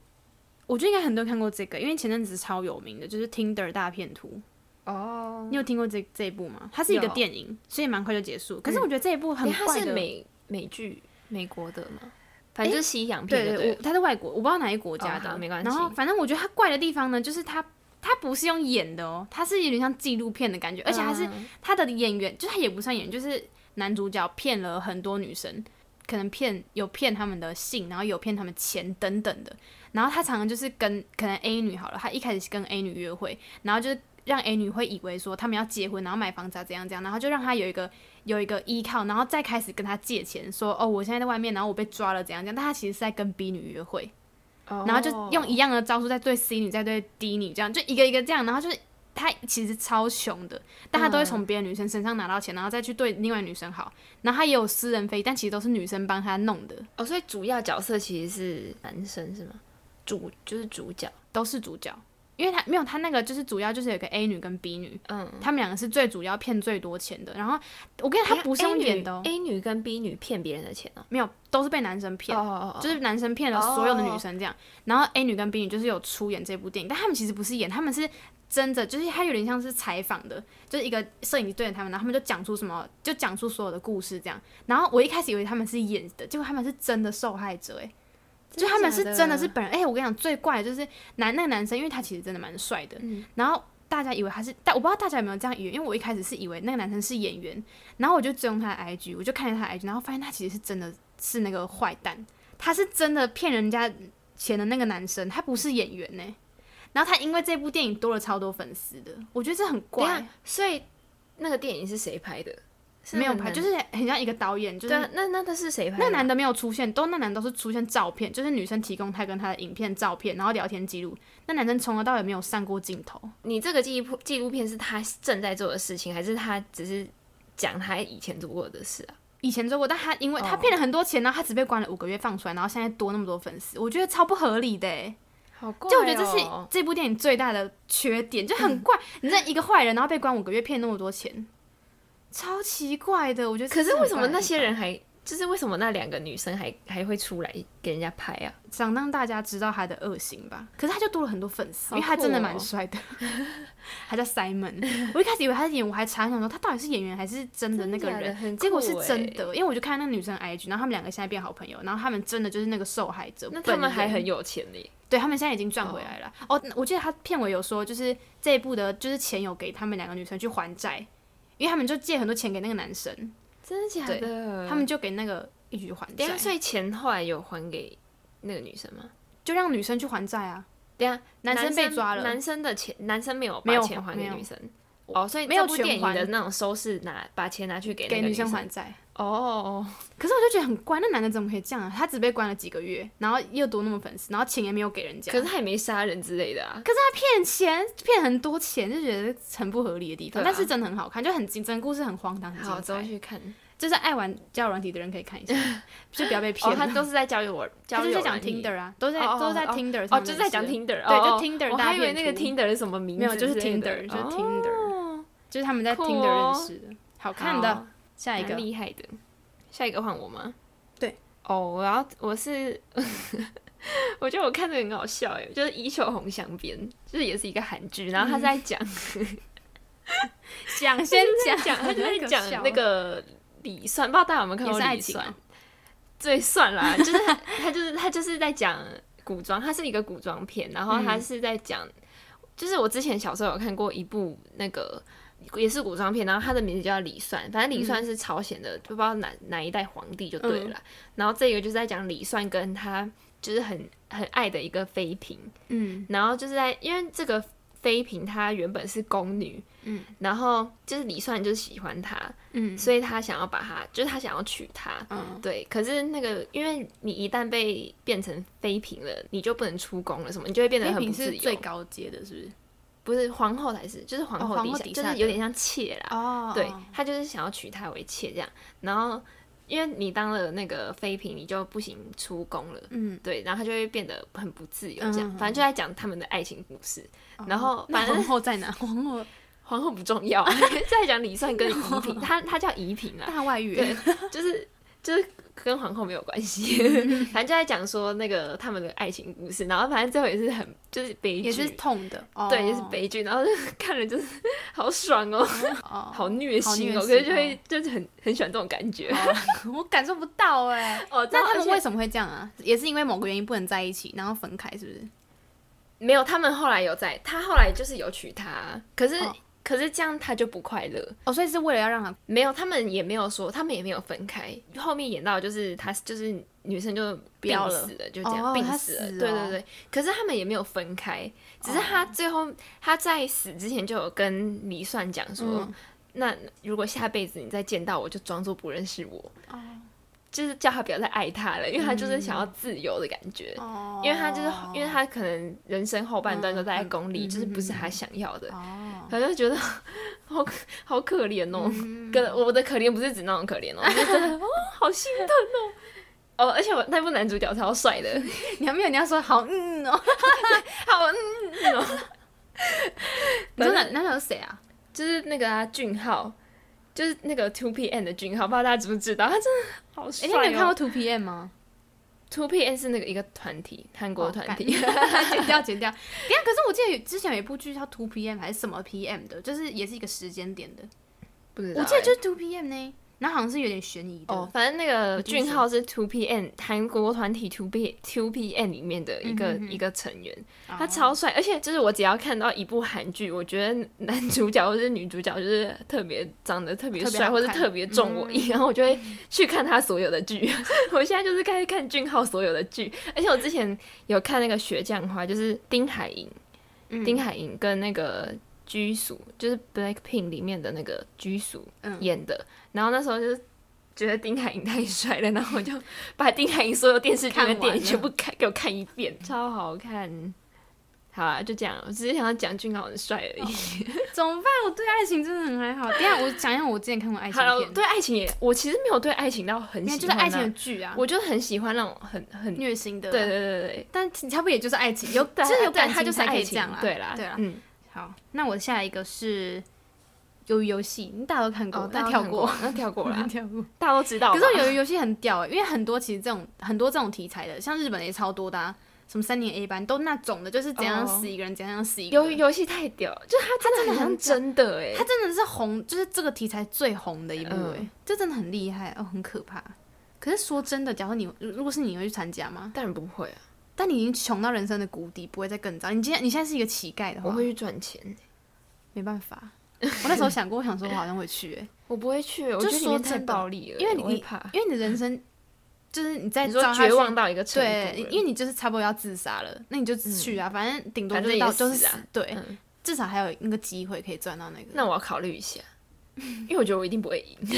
Speaker 1: 我觉得应该很多人看过这个，因为前阵子超有名的，就是 Tinder 大片图。
Speaker 2: 哦，
Speaker 1: 你有听过这这一部吗？它是一个
Speaker 2: 有嗯
Speaker 1: 电影，所以蛮快就结束。可是我觉得这一部很
Speaker 2: 诶它
Speaker 1: 怪
Speaker 2: 是
Speaker 1: 的，
Speaker 2: 美美剧美国的嘛，反正就是西洋片
Speaker 1: 对
Speaker 2: 就
Speaker 1: 对，
Speaker 2: 对
Speaker 1: 我它是外国，我不知道哪一个国家
Speaker 2: 哦好
Speaker 1: 的，
Speaker 2: 没关系
Speaker 1: 然后反正我觉得它怪的地方呢，就是它他不是用演的哦，他是有点像纪录片的感觉，而且还是
Speaker 2: 嗯
Speaker 1: 他的演员，就他也不算演员，就是男主角骗了很多女生，可能骗有骗他们的性，然后有骗他们钱等等的。然后他常常就是跟可能 A 女好了，他一开始是跟 A 女约会，然后就是让 A 女会以为说他们要结婚，然后买房子啊怎样怎样，然后就让他有一个有一个依靠，然后再开始跟他借钱，说哦我现在在外面，然后我被抓了怎样怎样，但他其实是在跟 B 女约会。然后就用
Speaker 2: 哦
Speaker 1: 一样的招数在对 C 女，在对 D 女，这样就一个一个这样，然后就是他其实超穷的，但他都会从别的女生身上拿到钱，然后再去对另外女生好，然后他也有私人飞，但其实都是女生帮他弄的，
Speaker 2: 哦，所以主要角色其实是男生是吗？主就是主角，
Speaker 1: 都是主角，因为他没有他那个就是主要就是有个 A 女跟 B 女，
Speaker 2: 嗯，
Speaker 1: 他们两个是最主要骗最多钱的，然后我跟你讲他不是用演的、哦，
Speaker 2: 哎 A 女跟 B 女骗别人的钱哦，
Speaker 1: 没有都是被男生骗。
Speaker 2: 哦哦
Speaker 1: 就是男生骗了所有的女生这样。然后 A 女跟 B 女就是有出演这部电影，但他们其实不是演，他们是真的，就是他有点像是采访的，就是一个摄影机对着他们，然后他们就讲出什么，就讲出所有的故事这样。然后我一开始以为他们是演的，结果他们是真的受害者、欸，哎。就他们是真的是本人，哎、我跟你讲，最怪的就是男那个男生，因为他其实真的蛮帅的，
Speaker 2: 嗯
Speaker 1: 然后大家以为他是，但我不知道大家有没有这样以为，因为我一开始是以为那个男生是演员，然后我就追踪他的 IG，我就看见他的 IG，然后发现他其实是真的是那个坏蛋，他是真的骗人家钱的那个男生，他不是演员呢、然后他因为这部电影多了超多粉丝的，我觉得这很
Speaker 2: 等一
Speaker 1: 怪
Speaker 2: 下，，所以那个电影是谁拍的？是
Speaker 1: 没有
Speaker 2: 那个
Speaker 1: 拍，
Speaker 2: 男
Speaker 1: 就是很像一个导演，就
Speaker 2: 对
Speaker 1: 是
Speaker 2: 啊，那那那是谁拍的？
Speaker 1: 那男的没有出现，都那男的都是出现照片，就是女生提供他跟他的影片、照片，然后聊天记录。那男生从头到尾没有上过镜头，
Speaker 2: 你这个纪录纪录片是他正在做的事情，还是他只是讲他以前做过的事啊？
Speaker 1: 以前做过，但他因为他
Speaker 2: 哦
Speaker 1: 骗了很多钱，然后他只被关了五个月放出来，然后现在多那么多粉丝，我觉得超不合理的欸。
Speaker 2: 好怪、
Speaker 1: 就我觉得这是
Speaker 2: 哦
Speaker 1: 这部电影最大的缺点，就
Speaker 2: 嗯
Speaker 1: 很怪，你这一个坏人，然后被关五个月，骗那么多钱，超奇怪的。我觉得，
Speaker 2: 可是为什么那些人还就是为什么那两个女生还还会出来给人家拍啊？
Speaker 1: 想让大家知道他的恶行吧？可是他就多了很多粉丝，
Speaker 2: 好
Speaker 1: 因为他真的
Speaker 2: 酷哦
Speaker 1: 蛮帅的， 他 叫 Simon。我一开始以为他是演员，我还查想说他到底是演员还是真的那欸个人。
Speaker 2: 很
Speaker 1: 结果是真。
Speaker 2: 欸
Speaker 1: 的，因为我就看那个女生 IG，然后他们两个现在变好朋友，然后他们真的就是那个受害者。
Speaker 2: 那他
Speaker 1: 本
Speaker 2: 们
Speaker 1: 人
Speaker 2: 还很有钱呢，
Speaker 1: 对他们现在已经赚回来了。哦我记得他片尾有说，就是这一部的，就是钱有给他们两个女生去还债，因为他们就借很多钱给那个男生，
Speaker 2: 真的假的？
Speaker 1: 他们就给那个一起去还
Speaker 2: 嗯等一
Speaker 1: 债
Speaker 2: 下，，所以钱后来有还给那个女生吗？
Speaker 1: 就让女生去还债啊。
Speaker 2: 等一下，
Speaker 1: 男生被抓了，
Speaker 2: 男生的钱，男生没有
Speaker 1: 没
Speaker 2: 把
Speaker 1: 有
Speaker 2: 钱还
Speaker 1: 没
Speaker 2: 给
Speaker 1: 有
Speaker 2: 女生。哦，所以
Speaker 1: 没有
Speaker 2: 这部电
Speaker 1: 全还
Speaker 2: 影的那种收视拿把钱拿去给那
Speaker 1: 给
Speaker 2: 个
Speaker 1: 女
Speaker 2: 生
Speaker 1: 生还债。
Speaker 2: 哦，
Speaker 1: 可是我就觉得很怪，那男的怎么可以这样啊？他只被关了几个月，然后又多那么粉丝，然后钱也没有给人家，
Speaker 2: 可是他也没杀人之类的啊。
Speaker 1: 骗钱骗很多钱，就觉得很不合理的地方。
Speaker 2: 对啊
Speaker 1: 但是真的很好看，就很精，整个故事很荒唐，很
Speaker 2: 好，
Speaker 1: 精
Speaker 2: 之后
Speaker 1: 彩。
Speaker 2: 去看。
Speaker 1: 就是爱玩交友软体的人可以看一下，就不要被骗
Speaker 2: 哦，
Speaker 1: 了。
Speaker 2: 他都是在教育我，
Speaker 1: 他
Speaker 2: 教育
Speaker 1: 就是在讲 Tinder 啊，都在
Speaker 2: 哦哦
Speaker 1: 都在
Speaker 2: 哦
Speaker 1: Tinder 上
Speaker 2: 哦，
Speaker 1: 面
Speaker 2: 就是在讲
Speaker 1: 是
Speaker 2: Tinder，
Speaker 1: 对
Speaker 2: 哦
Speaker 1: 就 Tinder
Speaker 2: 我
Speaker 1: 大
Speaker 2: 还以为
Speaker 1: 片
Speaker 2: 那个
Speaker 1: 图
Speaker 2: Tinder 是什么名字
Speaker 1: 没
Speaker 2: 之
Speaker 1: 有
Speaker 2: 类的？
Speaker 1: 就是 Tinder，就是
Speaker 2: 哦
Speaker 1: Tinder 就是他们在
Speaker 2: 酷
Speaker 1: Tinder
Speaker 2: 哦
Speaker 1: 认识的，好看的。
Speaker 2: 好
Speaker 1: 下一
Speaker 2: 蛮
Speaker 1: 个
Speaker 2: 厉害的。下一个换我吗？
Speaker 1: 对。
Speaker 2: 哦，我要我是， 我觉得我看的很好笑哎，就是《衣袖红镶边》，就是也是一个韩剧，然后他是在讲，
Speaker 1: 讲先讲
Speaker 2: 讲他就在
Speaker 1: 那个
Speaker 2: 讲
Speaker 1: 笑
Speaker 2: 那个李算，不知道大家有没有看
Speaker 1: 也
Speaker 2: 过
Speaker 1: 是爱
Speaker 2: 李
Speaker 1: 情啊
Speaker 2: 算？ 对，算啦，就是他他就是他就是在讲古装，它是一个古装片，然后
Speaker 1: 嗯
Speaker 2: 他是在讲，就是我之前小时候有看过一部那个。也是古装片，然后他的名字叫李算，反正李
Speaker 1: 嗯
Speaker 2: 算是朝鲜的，就不知道哪哪一代皇帝就对了啦。然后这个就是在讲李算跟他就是很很爱的一个妃嫔，
Speaker 1: 嗯
Speaker 2: 然后就是在因为这个妃嫔她原本是宫女，
Speaker 1: 嗯，
Speaker 2: 然后就是李算就是喜欢她，
Speaker 1: 嗯
Speaker 2: 所以他想要把她，就是他想要娶她，
Speaker 1: 嗯
Speaker 2: 对，可是那个，因为你一旦被变成妃嫔了，你就不能出宫了，什么，你就会变得
Speaker 1: 黑
Speaker 2: 很不
Speaker 1: 屏
Speaker 2: 自
Speaker 1: 是
Speaker 2: 由。
Speaker 1: 最高阶的，是不是？
Speaker 2: 不是皇后才是，就是皇
Speaker 1: 哦
Speaker 2: 后
Speaker 1: 皇
Speaker 2: 底
Speaker 1: 后
Speaker 2: 下，
Speaker 1: 底
Speaker 2: 就
Speaker 1: 下
Speaker 2: 是
Speaker 1: 的
Speaker 2: 有点像妾啦。
Speaker 1: 哦
Speaker 2: 对，他就是想要娶她为妾这样。然后，因为你当了那个妃嫔，你就不行出宫了。
Speaker 1: 嗯，
Speaker 2: 对，然后他就会变得很不自由，这样。
Speaker 1: 嗯
Speaker 2: 反正就在讲他们的爱情故事。然后
Speaker 1: 那
Speaker 2: 反正
Speaker 1: 皇后在哪？皇后
Speaker 2: 皇后不重要， 在讲李算跟怡嫔，她她叫怡嫔啦，啊
Speaker 1: 大外遇，
Speaker 2: 对就是就是跟皇后没有关系，反正就在讲说那个他们的爱情故事，然后反正最后也是很就是悲剧，
Speaker 1: 也是痛的，哦
Speaker 2: 对，也是悲剧，然后 就看了就是好爽哦，
Speaker 1: 哦，
Speaker 2: 好虐心哦，
Speaker 1: 好
Speaker 2: 可
Speaker 1: 虐心
Speaker 2: 是就会就是很很喜欢这种感觉。
Speaker 1: 哦 我感受不到哎。
Speaker 2: 哦，
Speaker 1: 那他们为
Speaker 2: 为
Speaker 1: 什么会这样啊？也是因为某个原因不能在一起，然后分开，是不是？
Speaker 2: 没有，他们后来有在，他后来就是有娶她，可是、
Speaker 1: 哦
Speaker 2: 可是这样他就不快乐。
Speaker 1: 哦，所以是为了要让他
Speaker 2: 没有，他们也没有说，他们也没有分开。后面演到就是他就是女生就病
Speaker 1: 飙了
Speaker 2: 死了，就这样、
Speaker 1: 哦
Speaker 2: 病
Speaker 1: 她
Speaker 2: 死了。
Speaker 1: 死了
Speaker 2: 对
Speaker 1: 哦
Speaker 2: 对对，可是他们也没有分开，只是他最后、他在死之前就有跟米算讲说，
Speaker 1: 嗯
Speaker 2: 那如果下辈子你再见到我，就装作不认识我，
Speaker 1: 哦
Speaker 2: 就是叫他不要再爱他了，因为他就是想要自由的感觉。
Speaker 1: 哦
Speaker 2: 因为他就是，因为他可能人生后半段都待在
Speaker 1: 嗯
Speaker 2: 宫里，
Speaker 1: 嗯
Speaker 2: 就是不是
Speaker 1: 嗯嗯
Speaker 2: 他想要的，
Speaker 1: 哦，
Speaker 2: 反正觉得好可好可怜哦。跟我的可怜不是指那种可怜哦， 就是真的哦，好心疼哦。哦，而且我那部男主角超帅的，
Speaker 1: 你还没有你要说好嗯嗯 哦，
Speaker 2: 好嗯嗯哦，
Speaker 1: 你说男男主角是谁啊？
Speaker 2: 就是那个啊俊浩，就是那个 Two P M 的俊浩，不知道大家知不知道，他真的好帅
Speaker 1: 哎，
Speaker 2: 哦
Speaker 1: 你。有看过 Two PM 吗？
Speaker 2: Two P M 是那个一个团体，韩国
Speaker 1: 哦
Speaker 2: 团
Speaker 1: 干
Speaker 2: 体，
Speaker 1: 剪掉剪掉。等一下，可是我记得有之前有一部剧叫 Two PM 还是什么 PM 的，就是也是一个时间点的，
Speaker 2: 不知道
Speaker 1: 我
Speaker 2: 欸。
Speaker 1: 记得就是 Two PM 呢，然后好像是有点悬疑的。
Speaker 2: 哦，反正那个
Speaker 1: 一定是
Speaker 2: 俊浩是 Two P M 韩国团体 Two P Two P M 里面的一个、
Speaker 1: 嗯哼哼
Speaker 2: 一个成员，
Speaker 1: 哦
Speaker 2: 他超帅，而且就是我只要看到一部韩剧，我觉得男主角或是女主角就是特别长得特别
Speaker 1: 特别
Speaker 2: 帅，
Speaker 1: 好
Speaker 2: 或是
Speaker 1: 看嗯
Speaker 2: 特别中我意，然后我就会去看他所有的剧。 我现在就是开始看俊浩所有的剧，而且我之前有看那个《学匠花》，就是丁海寅，
Speaker 1: 嗯
Speaker 2: 丁海寅跟那个居属，就是 Blackpink 里面的那个居属
Speaker 1: 嗯
Speaker 2: 演的，然后那时候就是。觉得丁海寅太帅了，然后我就把丁海寅所有电视剧
Speaker 1: 看
Speaker 2: 的
Speaker 1: 完
Speaker 2: 电影
Speaker 1: 了
Speaker 2: 全部看给我看一遍，超好看。好啊，就这样，我只是想要讲俊浩很帅而
Speaker 1: 哦
Speaker 2: 已。
Speaker 1: 怎么办？我对爱情真的很还好。等一下我讲一下我之前看过爱情
Speaker 2: 好了，
Speaker 1: 片，
Speaker 2: 对爱情也，我其实没有对爱情到很
Speaker 1: 你
Speaker 2: 喜
Speaker 1: 看
Speaker 2: 欢、
Speaker 1: 就是爱情的，剧啊，
Speaker 2: 我就很喜欢那种很很，对
Speaker 1: 虐心的。啊
Speaker 2: 对对对，
Speaker 1: 但其他不也就是爱情，有
Speaker 2: 对
Speaker 1: 就是有
Speaker 2: 对
Speaker 1: 感
Speaker 2: 它
Speaker 1: 情
Speaker 2: 就是
Speaker 1: 才可
Speaker 2: 爱
Speaker 1: 以
Speaker 2: 情
Speaker 1: 这样啦。
Speaker 2: 对啦，
Speaker 1: 对啦。
Speaker 2: 嗯，
Speaker 1: 好，那我下一个是《鱿鱼游戏》，哦你大家都看过，
Speaker 2: 哦大
Speaker 1: 但
Speaker 2: 家
Speaker 1: 跳
Speaker 2: 看
Speaker 1: 过，，
Speaker 2: 那跳 过啦，
Speaker 1: 跳过。
Speaker 2: 大家都知道吧。
Speaker 1: 可是《鱿鱼游戏》很屌、欸，因为很多其实这种很多这种题材的，像日本的也超多的、啊，什么三年 A 班都那种的，就是怎样
Speaker 2: 哦
Speaker 1: 死一个人，怎样死一个
Speaker 2: 鱿鱼
Speaker 1: 人。
Speaker 2: 游戏太屌，就是它真的很像真的哎、
Speaker 1: 它真的是红，就是这个题材最红的一部哎、
Speaker 2: 嗯
Speaker 1: 这真的很厉害哦，很可怕。可是说真的，假如你如果是你你会去参加吗？
Speaker 2: 当然不会啊，
Speaker 1: 但你已经穷到人生的谷底，不会再更糟。你今天你现在是一个乞丐的
Speaker 2: 我
Speaker 1: 话，
Speaker 2: 会去赚钱，
Speaker 1: 没办法。我那时候想过，我想说我好像会去、欸，
Speaker 2: 我不会去，我
Speaker 1: 就
Speaker 2: 觉得里面
Speaker 1: 说
Speaker 2: 太
Speaker 1: 真的
Speaker 2: 暴力了，
Speaker 1: 因为你
Speaker 2: 我会怕。
Speaker 1: 因为你的人生就是你在
Speaker 2: 你说
Speaker 1: 照下去
Speaker 2: 绝望到一个程度了，
Speaker 1: 对，因为你就是差不多要自杀了，那你就去啊，反正顶多
Speaker 2: 反正
Speaker 1: 就到
Speaker 2: 也
Speaker 1: 就是
Speaker 2: 死啊
Speaker 1: 死对，
Speaker 2: 嗯
Speaker 1: 至少还有那个机会可以赚到那 个。
Speaker 2: 那我要考虑一 下，因为我觉得我一定不会 赢。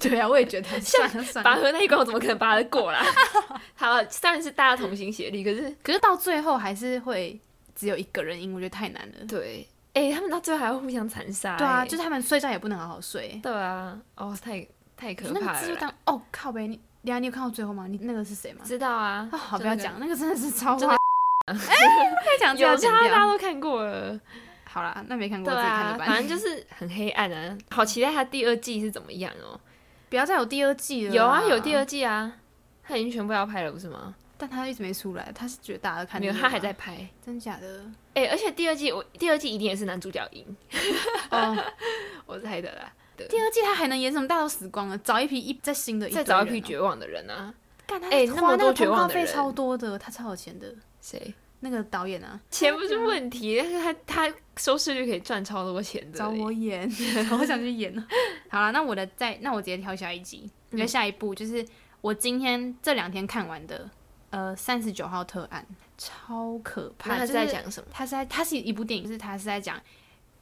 Speaker 1: 对啊，我也觉得 算了算
Speaker 2: 拔
Speaker 1: 了。
Speaker 2: 河那一关我怎么可能拔得过啦？ 好，当然是大家同心协力，可是
Speaker 1: 可是到最后还是会只有一个人赢，我觉得太难了。
Speaker 2: 对，哎、他们到最后还会互相残杀、
Speaker 1: 对啊，
Speaker 2: 哎
Speaker 1: 就是他们睡觉也不能好好睡，
Speaker 2: 对啊，哦，太太可
Speaker 1: 那
Speaker 2: 怕
Speaker 1: 个
Speaker 2: 了
Speaker 1: 蜘蛛
Speaker 2: 啦。
Speaker 1: 当哦靠呗，你李安，你有看到最后吗？你那个是谁吗？
Speaker 2: 知道啊，
Speaker 1: 啊，好，
Speaker 2: 就
Speaker 1: 不要
Speaker 2: 那个，
Speaker 1: 讲那个真的是超
Speaker 2: 真
Speaker 1: 坏
Speaker 2: 的。
Speaker 1: 哎，不可以讲这
Speaker 2: 有
Speaker 1: 样
Speaker 2: 差
Speaker 1: 剪
Speaker 2: 大家
Speaker 1: 掉。
Speaker 2: 都看过了，
Speaker 1: 好啦，那没看过
Speaker 2: 对
Speaker 1: 自己看
Speaker 2: 啊
Speaker 1: 着，
Speaker 2: 反正。
Speaker 1: 办
Speaker 2: 就是很黑暗 啊。好期待他第二季是怎么样哦。
Speaker 1: 不要再有第二季了。
Speaker 2: 有啊，有第，二季啊，他已经全部要拍了，不是吗？
Speaker 1: 但他一直没出来，他是觉得大家都看
Speaker 2: 没有，啊
Speaker 1: 腻
Speaker 2: 他
Speaker 1: 了
Speaker 2: 还
Speaker 1: 吧
Speaker 2: 在，拍。
Speaker 1: 真假的？
Speaker 2: 哎、而且第二季我第二季一定也是男主角赢，
Speaker 1: 哦，
Speaker 2: 我猜的啦。
Speaker 1: 第二季他还能演什么？大都死光了，找一批一再新的一堆
Speaker 2: 再
Speaker 1: 人哦，
Speaker 2: 找一批啊绝望的人啊，
Speaker 1: 干他
Speaker 2: 哎
Speaker 1: 花
Speaker 2: 那么多
Speaker 1: 个
Speaker 2: 绝
Speaker 1: 通
Speaker 2: 望
Speaker 1: 告
Speaker 2: 的
Speaker 1: 费
Speaker 2: 人
Speaker 1: 超多的，他超有钱的
Speaker 2: 谁？
Speaker 1: 那个导演啊，
Speaker 2: 钱不是问题，但是他他收视率可以赚超多钱的。
Speaker 1: 找 我演，好想去演哦。好了，那我的再那我直接挑下一集，
Speaker 2: 嗯
Speaker 1: 我觉得下一部就是我今天这两天看完的，呃，三十九号特案，超可
Speaker 2: 那
Speaker 1: 怕。
Speaker 2: 他
Speaker 1: 就是
Speaker 2: 在讲什么？
Speaker 1: 他是在，他是一部电影，就是他是在讲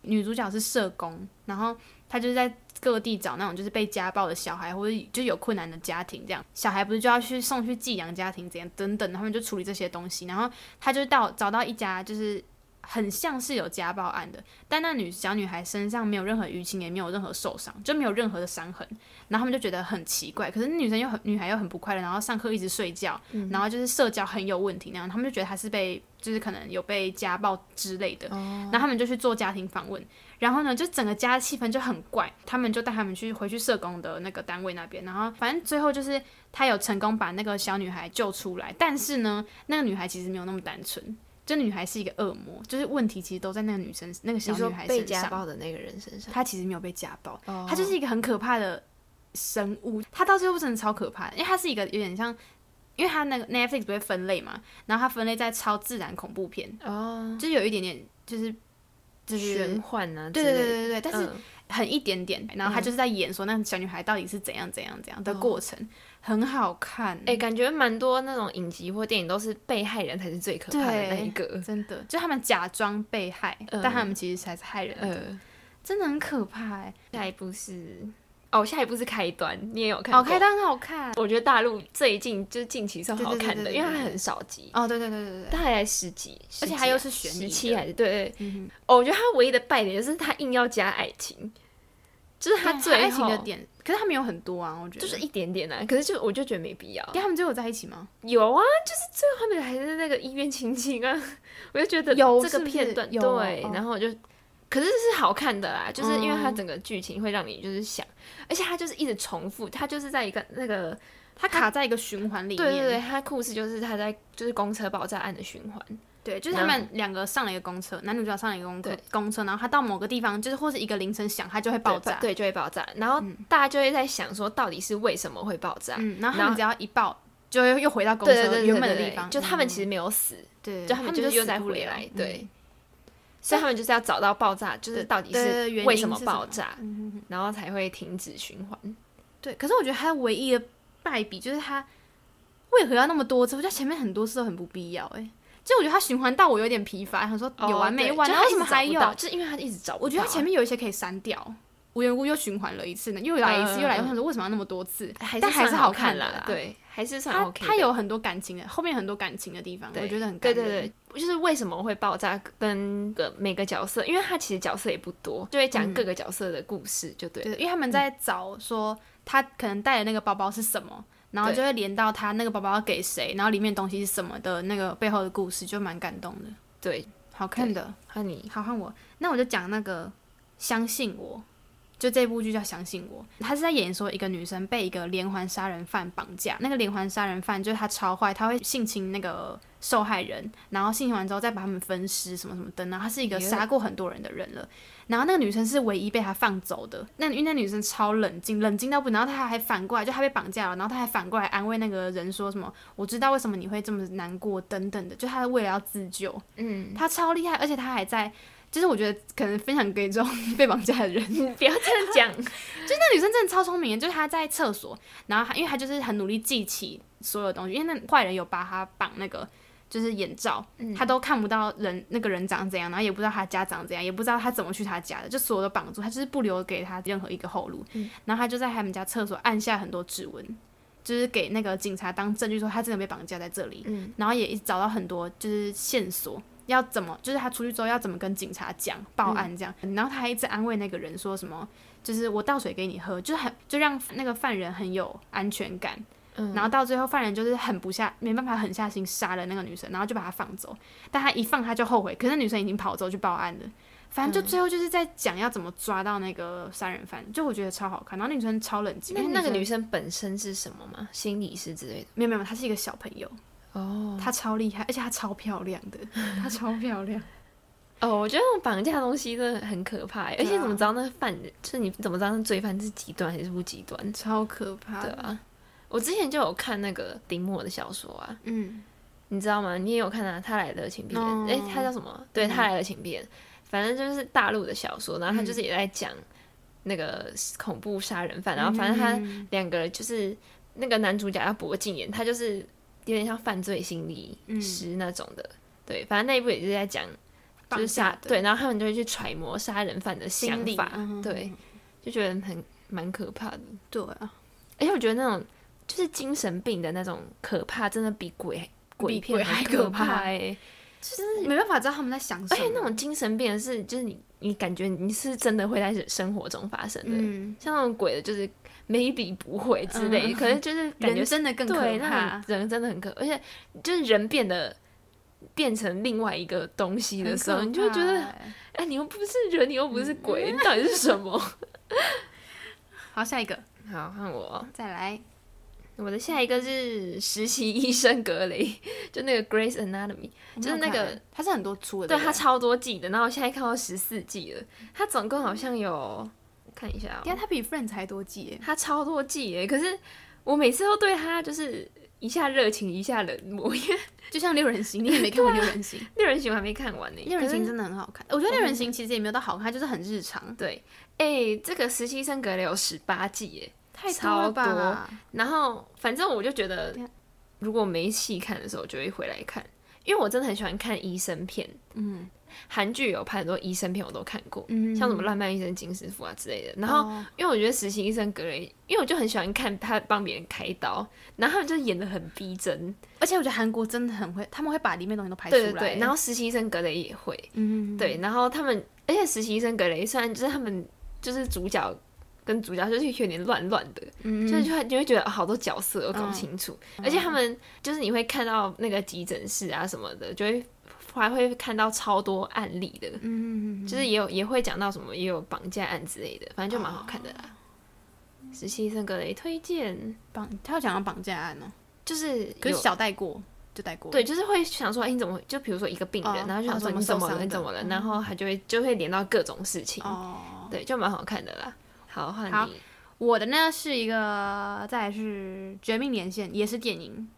Speaker 1: 女主角是社工，然后她就是在各地找那种就是被家暴的小孩，或者就是有困难的家庭这样，小孩不是就要去送去寄养家庭这样等等，他们就处理这些东西，然后他就到找到一家就是。很像是有家暴案的，但那女小女孩身上没有任何淤青，也没有任何受伤，就没有任何的伤痕。然后他们就觉得很奇怪，可是女生又很女孩又很不快乐，然后上课一直睡觉，
Speaker 2: 嗯
Speaker 1: 然后就是社交很有问题那样，他们就觉得她是被就是可能有被家暴之类
Speaker 2: 哦
Speaker 1: 的，然后他们就去做家庭访问，然后呢就整个家气氛就很怪，他们就带他们去回去社工的那个单位那边，然后反正最后就是他有成功把那个小女孩救出来，但是呢那个女孩其实没有那么单纯。这女孩是一个恶魔，就是问题其实都在那个女生、那个小
Speaker 2: 你说
Speaker 1: 女孩
Speaker 2: 被
Speaker 1: 身
Speaker 2: 家
Speaker 1: 上。
Speaker 2: 暴的那个人身上，
Speaker 1: 她其实没有被家暴，
Speaker 2: 哦
Speaker 1: 他就是一个很可怕的生物，他到最后真的超可怕的因为他是一个有点像因为它那个 Netflix 不会分类嘛，然后它分类在超自然恐怖片，
Speaker 2: 哦，
Speaker 1: 就是有一点点就是就是
Speaker 2: 玄幻啊之
Speaker 1: 对
Speaker 2: 类的，
Speaker 1: 对对对对，但是
Speaker 2: 嗯
Speaker 1: 很一点点，然后他就是在演说那小女孩到底是怎样怎样怎样的过程，很好看，
Speaker 2: 哎、感觉蛮多那种影集或电影都是被害人才是最可怕的那一个。
Speaker 1: 真的，就他们假装被害，
Speaker 2: 嗯
Speaker 1: 但他们其实才是害人的，
Speaker 2: 呃，
Speaker 1: 真的很可怕哎、
Speaker 2: 下一部是哦，下一部是开端，你也有看过？
Speaker 1: 哦好开，但很好看
Speaker 2: 我觉得大陆最近就是近期是很好看
Speaker 1: 对对
Speaker 2: 的，
Speaker 1: 对对对
Speaker 2: 因为它很少集，
Speaker 1: 哦，对啊对对对对，
Speaker 2: 大概十集，
Speaker 1: 而且它
Speaker 2: 还有
Speaker 1: 又是悬疑
Speaker 2: 十
Speaker 1: 的
Speaker 2: 七还是对对对
Speaker 1: 嗯哼，
Speaker 2: 哦，我觉得它唯一的败点就是它硬要加爱情，就是它
Speaker 1: 对
Speaker 2: 最
Speaker 1: 爱情
Speaker 2: 后
Speaker 1: 的点，可是他们有很多啊，我觉得
Speaker 2: 就是一点点啊，可是就我就觉得没必要。
Speaker 1: 跟他们最后在一起吗？
Speaker 2: 有啊，就是最后他们还是那个医院亲亲啊， 我就觉得
Speaker 1: 有
Speaker 2: 这
Speaker 1: 是
Speaker 2: 个
Speaker 1: 不是
Speaker 2: 片段
Speaker 1: 有
Speaker 2: 对
Speaker 1: 哦，
Speaker 2: 然后我就，可是是好看的啦，就是因为它
Speaker 1: 嗯
Speaker 2: 整个剧情会让你就是想，而且它就是一直重复，它就是在一个那个，
Speaker 1: 他卡在一个循环里面，
Speaker 2: 对对对，它故事就是它在就是公车爆炸案的循环，
Speaker 1: 对，就是他们两个上了一个公车，男女主角上了一个公车
Speaker 2: 对，
Speaker 1: 公车，然后他到某个地方，就是或是一个铃声响，他就会爆炸。
Speaker 2: 对，就会爆炸，嗯然后大家就会在想说到底是为什么会爆炸，
Speaker 1: 嗯，然后他
Speaker 2: 然后
Speaker 1: 们只要一爆，就又又回到公
Speaker 2: 对对
Speaker 1: 车
Speaker 2: 对，
Speaker 1: 原本的
Speaker 2: 对
Speaker 1: 地
Speaker 2: 对
Speaker 1: 方，
Speaker 2: 就他们
Speaker 1: 嗯
Speaker 2: 其实没有死，
Speaker 1: 对，
Speaker 2: 就他们就是又
Speaker 1: 死
Speaker 2: 再
Speaker 1: 不
Speaker 2: 回
Speaker 1: 了
Speaker 2: 来，
Speaker 1: 嗯
Speaker 2: 对所以他们就是要找到爆炸，就是到底
Speaker 1: 对对对原
Speaker 2: 是
Speaker 1: 因
Speaker 2: 为什么嗯
Speaker 1: 是什
Speaker 2: 爆
Speaker 1: 么
Speaker 2: 炸，然后才会停止循环。
Speaker 1: 对。可是我觉得他唯一的败笔就是他为何要那么多次？我觉得前面很多次都很不必要、欸，哎，就我觉得他循环到我有点疲乏，想说有完没完，
Speaker 2: 哦对就他
Speaker 1: 然后为
Speaker 2: 一
Speaker 1: 什
Speaker 2: 直
Speaker 1: 么还
Speaker 2: 找不
Speaker 1: 有？
Speaker 2: 到就是因为他一直找不到啊，
Speaker 1: 我觉得他前面有一些可以删掉，无缘无故又循环了一次呢，又来一
Speaker 2: 嗯
Speaker 1: 次，又来一
Speaker 2: 嗯
Speaker 1: 次，想说为什么要那么多次？
Speaker 2: 还
Speaker 1: 但还
Speaker 2: 是
Speaker 1: 是
Speaker 2: 算
Speaker 1: 好
Speaker 2: 看
Speaker 1: 看的啦
Speaker 2: 对，还是算
Speaker 1: 他
Speaker 2: OK 的。
Speaker 1: 他有很多感情的，后面很多感情的地方，
Speaker 2: 对
Speaker 1: 我觉得很
Speaker 2: 对
Speaker 1: 感
Speaker 2: 对
Speaker 1: 人
Speaker 2: 对，就是为什么会爆炸，跟个每个角色，因为他其实角色也不多，就会讲各个角色的故事，就嗯对了。
Speaker 1: 对，因为他们在找说他可能带的那个包包是什么，然后
Speaker 2: 对
Speaker 1: 就会连到他那个包包要给谁，然后里面东西是什么的那个背后的故事，就蛮感动的，
Speaker 2: 对，
Speaker 1: 好看的。
Speaker 2: 那你
Speaker 1: 好看我，那我就讲那个《相信我》，就这部剧叫《相信我》，他是在演说一个女生被一个连环杀人犯绑架，那个连环杀人犯就是他超坏，他会性侵那个受害人，然后性侵完之后再把他们分尸什么什么的，然后他是一个
Speaker 2: 耶
Speaker 1: 杀过很多人的人了，然后那个女生是唯一被他放走的，那因为那女生超冷静，冷静到不能，然后她还反过来，就她被绑架了，然后她还反过来安慰那个人说什么我知道为什么你会这么难过等等的，就她为了要自救，
Speaker 2: 嗯，
Speaker 1: 他超厉害，而且他还在，就是我觉得可能分享给这种 被绑架的人，
Speaker 2: 你不要这样讲，
Speaker 1: 那女生真的超聪明的，就是她在厕所，然后她因为她就是很努力记起所有东西，因为那坏人有把她绑那个就是眼罩，她都看不到人那个人长怎样，然后也不知道他家长怎样，也不知道他怎么去他家的，就所有的绑住，她就是不留给他任何一个后路，然后她就在他们家厕所按下很多指纹。就是给那个警察当证据，说她真的被绑架在这里，
Speaker 2: 嗯
Speaker 1: 然后也一直找到很多就是线索，要怎么，就是她出去之后要怎么跟警察讲
Speaker 2: 嗯
Speaker 1: 报案这样，然后她还一直安慰那个人说什么，就是我倒水给你喝，就很就让那个犯人很有安全感。
Speaker 2: 嗯
Speaker 1: 然后到最后，犯人就是狠不下，没办法狠下心杀了那个女生，然后就把她放走。但他一放，他就后悔。可是那女生已经跑走去报案了。反
Speaker 2: 嗯
Speaker 1: 正就最后就是在讲要怎么抓到那个杀人犯，就我觉得超好看。然后那女生超冷静，
Speaker 2: 那
Speaker 1: 因为
Speaker 2: 那个
Speaker 1: 生
Speaker 2: 女生本身是什么吗？心理师之类的。
Speaker 1: 没有没有，她是一个小朋友，
Speaker 2: 哦
Speaker 1: 她超厉害，而且她超漂亮 的，她超漂亮。
Speaker 2: 哦，我觉得那种绑架的东西真的很可怕欸耶，而且
Speaker 1: 对啊
Speaker 2: 怎么知道那犯人，就是你怎么知道那罪犯是极端还是不极端？
Speaker 1: 超可怕
Speaker 2: 对啊，我之前就有看那个丁墨的小说啊，
Speaker 1: 嗯，
Speaker 2: 你知道吗？你也有看啊，《他来了，请闭眼》
Speaker 1: 哦嗯
Speaker 2: 诶，他叫什么？对，他来了，请闭眼。反正就是大陆的小说，然后他
Speaker 1: 嗯
Speaker 2: 就是也在讲那个恐怖杀人犯，然后反正他
Speaker 1: 嗯
Speaker 2: 两个就是那个男主角叫薄敬言，他就是有点像犯罪心理
Speaker 1: 嗯
Speaker 2: 师那种的。对，反正那一部也是在讲就是杀
Speaker 1: 绑架的
Speaker 2: 对，然后他们就会去揣摩杀人犯的想
Speaker 1: 心理
Speaker 2: 法，
Speaker 1: 嗯
Speaker 2: 对，就觉得很蛮可怕的。
Speaker 1: 对啊，
Speaker 2: 而且我觉得那种就是精神病的那种可怕，真的比鬼鬼片
Speaker 1: 鬼
Speaker 2: 还
Speaker 1: 还
Speaker 2: 可
Speaker 1: 可怕
Speaker 2: 哎、欸。
Speaker 1: 就是没办法知道他们在想什
Speaker 2: 而
Speaker 1: 么。
Speaker 2: 且那种精神病的是，就是你你感觉你是真的会在生活中发生的，
Speaker 1: 嗯，
Speaker 2: 像那种鬼的，就是 maybe 不会之类，
Speaker 1: 嗯
Speaker 2: 可是就是感觉
Speaker 1: 人真的更可
Speaker 2: 对，那
Speaker 1: 怕
Speaker 2: 种。人真的很可，而且就是人变得。变成另外一个东西的时候，你就会觉得，哎、
Speaker 1: 欸
Speaker 2: 你又不是人，你又不是
Speaker 1: 嗯
Speaker 2: 鬼，你到底是什么？
Speaker 1: 好，下一个
Speaker 2: 好，看我哦
Speaker 1: 再来。
Speaker 2: 我的下一个是实习医生格雷， 就那个 Grace Anatomy，就是那个，
Speaker 1: 它是很多出的，
Speaker 2: 对
Speaker 1: 不
Speaker 2: 它超多季的，然后我现在看到十四季了，它总共好像有看一下、
Speaker 1: 等一
Speaker 2: 哦，
Speaker 1: 下它比 Friends 还多季耶，
Speaker 2: 它超多季耶，可是我每次都对它就是一下热情一下冷漠。
Speaker 1: 就像六人行，你也没看过六人行，
Speaker 2: 六人行我还没看完呢，
Speaker 1: 六
Speaker 2: 啊
Speaker 1: 人
Speaker 2: 可是
Speaker 1: 行真的很好看。我觉得六人行其实也没有到好看，它就是很日常，
Speaker 2: 对，哎、这个实习生格雷有十八季耶，
Speaker 1: 太
Speaker 2: 超
Speaker 1: 了吧
Speaker 2: 多？然后反正我就觉得
Speaker 1: 对啊，
Speaker 2: 如果没戏看的时候，我就会回来看，因为我真的很喜欢看医生片。
Speaker 1: 嗯
Speaker 2: 韩剧有拍很多医生片，我都看过，
Speaker 1: 嗯，
Speaker 2: 像什么《浪漫医生金师傅》啊之类的。然后，
Speaker 1: 哦
Speaker 2: 因为我觉得实习医生格雷，因为我就很喜欢看他帮别人开刀，然后他们就演的很逼真，
Speaker 1: 而且我觉得韩国真的很会，他们会把里面东西都拍出来。
Speaker 2: 对对对。然后实习医生格雷也会，
Speaker 1: 嗯，
Speaker 2: 对，然后他们，而且实习医生格雷虽然就是他们就是主角跟主角就是有点乱乱的，
Speaker 1: 嗯，
Speaker 2: 所以
Speaker 1: 嗯，
Speaker 2: 就会你会觉得哦好多角色都搞不清楚，而且他们就是你会看到那个急诊室啊什么的，就会还会看到超多案例的，
Speaker 1: 嗯，
Speaker 2: 就是也有也会讲到什么也有绑架案之类的，反正就蛮好看的啦。
Speaker 1: 哦
Speaker 2: 实习生格雷推荐，
Speaker 1: 绑，他要讲到绑架案哦，
Speaker 2: 就是
Speaker 1: 可是
Speaker 2: 有
Speaker 1: 小带过就带过，
Speaker 2: 对，就是会想说，哎、你怎么会就比如说一个病人，
Speaker 1: 哦
Speaker 2: 然后就想说
Speaker 1: 哦怎么
Speaker 2: 你怎
Speaker 1: 受
Speaker 2: 么
Speaker 1: 伤
Speaker 2: 了，
Speaker 1: 的
Speaker 2: 你怎么了，然后他就会就会连到各种事情，
Speaker 1: 哦。
Speaker 2: 对，就蛮好看的啦。好，换
Speaker 1: 好
Speaker 2: 你，
Speaker 1: 我的呢是一个，再来是《绝命连线》，也是电影。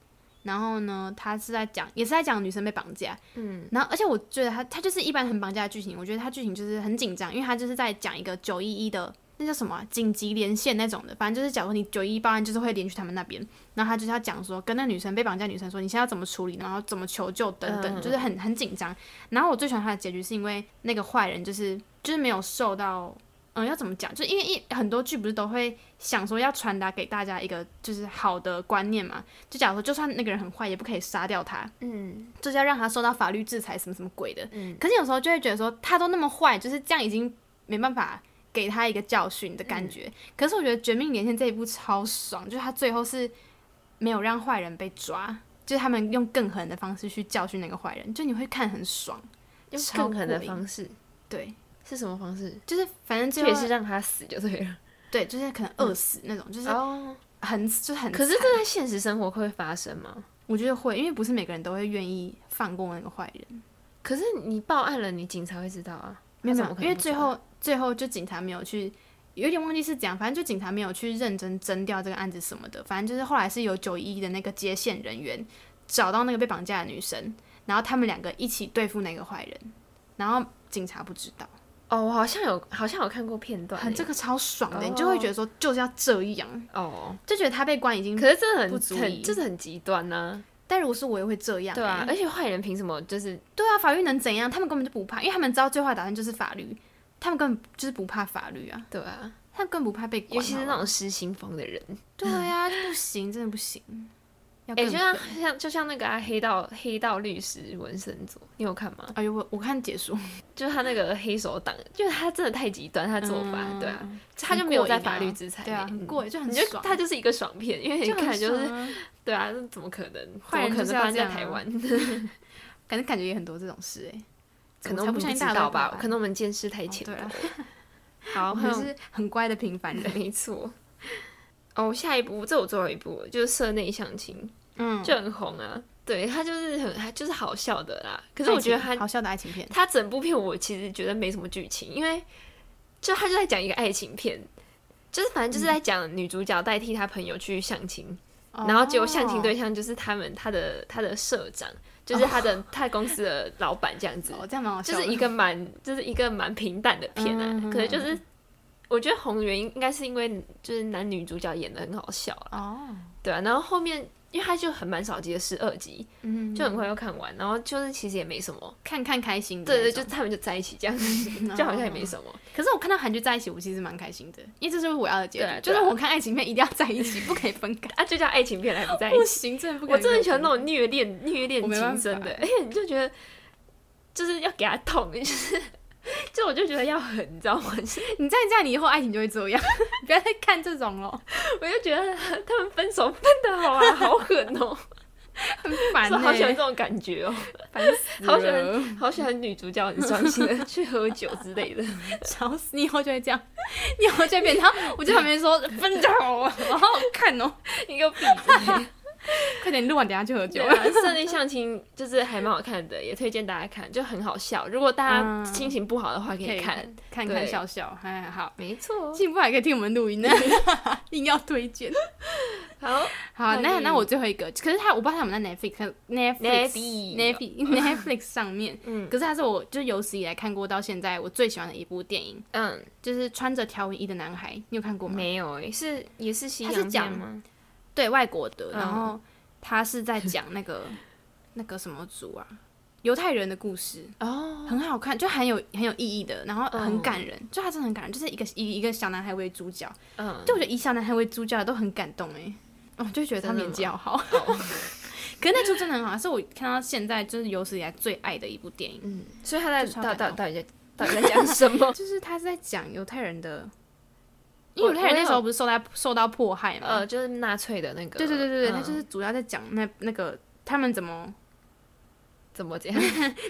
Speaker 1: 然后呢，他是在讲，也是在讲女生被绑架。
Speaker 2: 嗯，
Speaker 1: 然后，而且我觉得他他就是一般很绑架的剧情，我觉得他剧情就是很紧张，因为他就是在讲一个九一一的那叫什么啊紧、急连线那种的，反正就是假如你九一报案，就是会连去他们那边。然后他就是要讲说，跟那女生被绑架的女生说，你现在要怎么处理，然后怎么求救等等，
Speaker 2: 嗯
Speaker 1: 就是很很紧张。然后我最喜欢他的结局是因为那个坏人就是就是没有受到。嗯，要怎么讲？就因为一很多剧不是都会想说要传达给大家一个就是好的观念嘛？就假如说，就算那个人很坏，也不可以杀掉他。
Speaker 2: 嗯
Speaker 1: 就是要让他受到法律制裁什么什么鬼的。
Speaker 2: 嗯
Speaker 1: 可是有时候就会觉得说，他都那么坏，就是这样已经没办法给他一个教训的感觉。
Speaker 2: 嗯
Speaker 1: 可是我觉得《绝命连线》这一部超爽，就是他最后是没有让坏人被抓，就是他们用更狠的方式去教训那个坏人，就你会看很爽。
Speaker 2: 用
Speaker 1: 超
Speaker 2: 更狠的
Speaker 1: 过瘾
Speaker 2: 方式
Speaker 1: 对，
Speaker 2: 是什么方式？
Speaker 1: 就是反正
Speaker 2: 这也
Speaker 1: 最
Speaker 2: 是
Speaker 1: 后
Speaker 2: 让他死就对了。
Speaker 1: 对，就是可能饿死那种，就是
Speaker 2: 哦，
Speaker 1: 很就是很。
Speaker 2: 可是这在现实生活会发生吗？
Speaker 1: 我觉得会，因为不是每个人都会愿意放过那个坏人。
Speaker 2: 可是你报案了，你警察会知道啊。
Speaker 1: 没有，
Speaker 2: 他怎
Speaker 1: 没
Speaker 2: 么
Speaker 1: 有
Speaker 2: 可能
Speaker 1: 因为
Speaker 2: 不
Speaker 1: 最
Speaker 2: 抓
Speaker 1: 后最后就警察没有去，有点忘记是怎样，反正就警察没有去认真侦掉这个案子什么的。反正就是后来是有九一的那个接线人员找到那个被绑架的女生，然后他们两个一起对付那个坏人，然后警察不知道。
Speaker 2: 哦，我好像有，好像有看过片段欸、
Speaker 1: 很这个超爽的，
Speaker 2: 哦
Speaker 1: 你就会觉得说就是要这样，
Speaker 2: 哦，
Speaker 1: 就觉得他被关已经。
Speaker 2: 可是这很
Speaker 1: 不足以
Speaker 2: 很就是很极端呐、
Speaker 1: 但如果是我也会这样、
Speaker 2: 对啊
Speaker 1: 欸，
Speaker 2: 而且坏人凭什么就是
Speaker 1: 对啊，法律能怎样？他们根本就不怕，因为他们知道最坏的打算就是法律，他们根本就是不怕法律啊，
Speaker 2: 对啊？
Speaker 1: 他们更不怕被关。
Speaker 2: 尤其
Speaker 1: 好
Speaker 2: 是
Speaker 1: 吗
Speaker 2: 那种失心疯的人，
Speaker 1: 对呀、不行，真的不行。要
Speaker 2: 哎、
Speaker 1: 更
Speaker 2: 就像
Speaker 1: 狠
Speaker 2: 像就像那个、啊、黑道黑道律师文森佐，你有看吗？
Speaker 1: 哎呦，我我看解说，
Speaker 2: 就是他那个黑手党，就是他真的太极端，他做法、
Speaker 1: 嗯
Speaker 2: 对啊，他就没有在法律制裁内，
Speaker 1: 对啊，很
Speaker 2: 嗯
Speaker 1: 过瘾，就很
Speaker 2: 你就
Speaker 1: 爽，
Speaker 2: 他就是一个爽片，因为你
Speaker 1: 就很
Speaker 2: 看就是
Speaker 1: 爽啊
Speaker 2: 对啊，那怎么可能？
Speaker 1: 坏人
Speaker 2: 怎么
Speaker 1: 就
Speaker 2: 可能
Speaker 1: 是要
Speaker 2: 发生
Speaker 1: 这
Speaker 2: 在
Speaker 1: 样啊
Speaker 2: 台 湾？
Speaker 1: 感觉感觉也很多这种事哎，
Speaker 2: 可能
Speaker 1: 我才
Speaker 2: 我
Speaker 1: 不
Speaker 2: 们
Speaker 1: 相信
Speaker 2: 知
Speaker 1: 大家
Speaker 2: 道
Speaker 1: 都会
Speaker 2: 吧
Speaker 1: 办，
Speaker 2: 可能我们见识太
Speaker 1: 哦
Speaker 2: 浅
Speaker 1: 对
Speaker 2: 薄
Speaker 1: 啊
Speaker 2: 了。好，
Speaker 1: 我
Speaker 2: 还
Speaker 1: 们
Speaker 2: 有
Speaker 1: 是很乖的平凡人，
Speaker 2: 没错。哦，下一部这我最后一部了就是社内相亲，
Speaker 1: 嗯，
Speaker 2: 就很红啊。对，它就是很，它就是好笑的啦。可是我觉得
Speaker 1: 爱情
Speaker 2: 它
Speaker 1: 好笑的爱情片，
Speaker 2: 它整部片我其实觉得没什么剧情，因为就它就在讲一个爱情片，就是反正
Speaker 1: 嗯
Speaker 2: 就是在讲女主角代替她朋友去相亲，
Speaker 1: 哦
Speaker 2: 然后结果相亲对象就是他们她的她的社长，就是她的她公司的老板这样子
Speaker 1: 哦，。哦这样蛮好笑
Speaker 2: 就
Speaker 1: 的，
Speaker 2: 是一 个蛮，就是一个蛮平淡的片啊。
Speaker 1: 嗯
Speaker 2: 可能就是，我觉得红原因应该是因为就是男女主角演的很好笑啊，
Speaker 1: 哦，
Speaker 2: 对啊。然后后面因为他就很蛮少集的十二集，
Speaker 1: 嗯，
Speaker 2: 就很快就看完。然后就是其实也没什么，
Speaker 1: 看看开心的
Speaker 2: 对
Speaker 1: 那
Speaker 2: 对，
Speaker 1: 种，
Speaker 2: 就他们就在一起这样，
Speaker 1: 嗯
Speaker 2: 就好像也没。什么。
Speaker 1: 可是我看到韩剧在一起，我其实蛮开心的，因为这就是我要的结
Speaker 2: 对啊
Speaker 1: 局，就
Speaker 2: 对啊
Speaker 1: 是我看爱情片一定要在一起，不可以分开，
Speaker 2: 啊，就叫爱情片还不在一
Speaker 1: 不
Speaker 2: 起，
Speaker 1: 行，真的不可以。
Speaker 2: 我真的喜欢那种虐恋虐恋
Speaker 1: 我没办
Speaker 2: 情深
Speaker 1: 法
Speaker 2: 的，而且你就觉得就是要给他痛，就是。就我就觉得要狠，你知道吗？ 就是
Speaker 1: 你再这样，你以后爱情就会这样， 不要再看这种了，
Speaker 2: 我就觉得他们分手分的好啊，好狠哦、
Speaker 1: 很 烦、
Speaker 2: 是
Speaker 1: 欸。
Speaker 2: 好喜欢这种感觉哦，啊
Speaker 1: 烦死 了，
Speaker 2: 好喜欢，好喜欢女主角很伤心的去喝酒之类 的。
Speaker 1: 吵死！你以后就会这样， 你以后就会变成。然后我就在旁边 说分手，好好看哦，
Speaker 2: 你给我闭嘴！
Speaker 1: 快点录完，等下去喝酒
Speaker 2: 对。啊，室内相亲就是还蛮好看的，也推荐大家看，就很好笑。如果大家
Speaker 1: 嗯
Speaker 2: 心情不好的话，可以看。
Speaker 1: 看看
Speaker 2: 对
Speaker 1: 笑笑，哎，好。
Speaker 2: 没错，
Speaker 1: 进步还可以听我们录音呢，硬要推荐。
Speaker 2: 好，
Speaker 1: 好，那
Speaker 2: 那你
Speaker 1: 那我最后一个，可是他我不知道他们在 Netflix 看 Netflix
Speaker 2: Netflix
Speaker 1: Netflix Netflix 上面，
Speaker 2: 嗯
Speaker 1: 可是他是我就是有史以来看过到现在我最喜欢的一部电影，
Speaker 2: 嗯，
Speaker 1: 就是穿着条纹衣的男孩，你有看过吗？
Speaker 2: 没有诶、是也是西
Speaker 1: 它是
Speaker 2: 洋片
Speaker 1: 讲
Speaker 2: 吗？
Speaker 1: 对外国的，
Speaker 2: 嗯
Speaker 1: 然后他是在讲那个 那个什么族啊，犹太人的故事，
Speaker 2: 哦，
Speaker 1: 很好看，就很有很有意义的，然后很
Speaker 2: 嗯
Speaker 1: 感人，就他真的很感人，就是一个以一个小男孩为主角，
Speaker 2: 嗯，
Speaker 1: 就我觉得以小男孩为主角的都很感动哎、我、就觉得他
Speaker 2: 真的
Speaker 1: 年纪好 好，
Speaker 2: 哦
Speaker 1: 可是那出真的很好，是我看到现在就是有史以来最爱的一部电影，
Speaker 2: 嗯，所以他 在
Speaker 1: 就超
Speaker 2: 到
Speaker 1: 感
Speaker 2: 到
Speaker 1: 动
Speaker 2: 到底在到底在讲什 么？
Speaker 1: 就是他是在讲犹太人的，
Speaker 2: 我
Speaker 1: 因为犹太人那时
Speaker 2: 我有
Speaker 1: 候不是受到受到迫害嘛，
Speaker 2: 呃，就是纳粹的那个，
Speaker 1: 对对对对对，
Speaker 2: 嗯
Speaker 1: 他就是主要在讲那那个他们怎么，
Speaker 2: 怎么讲？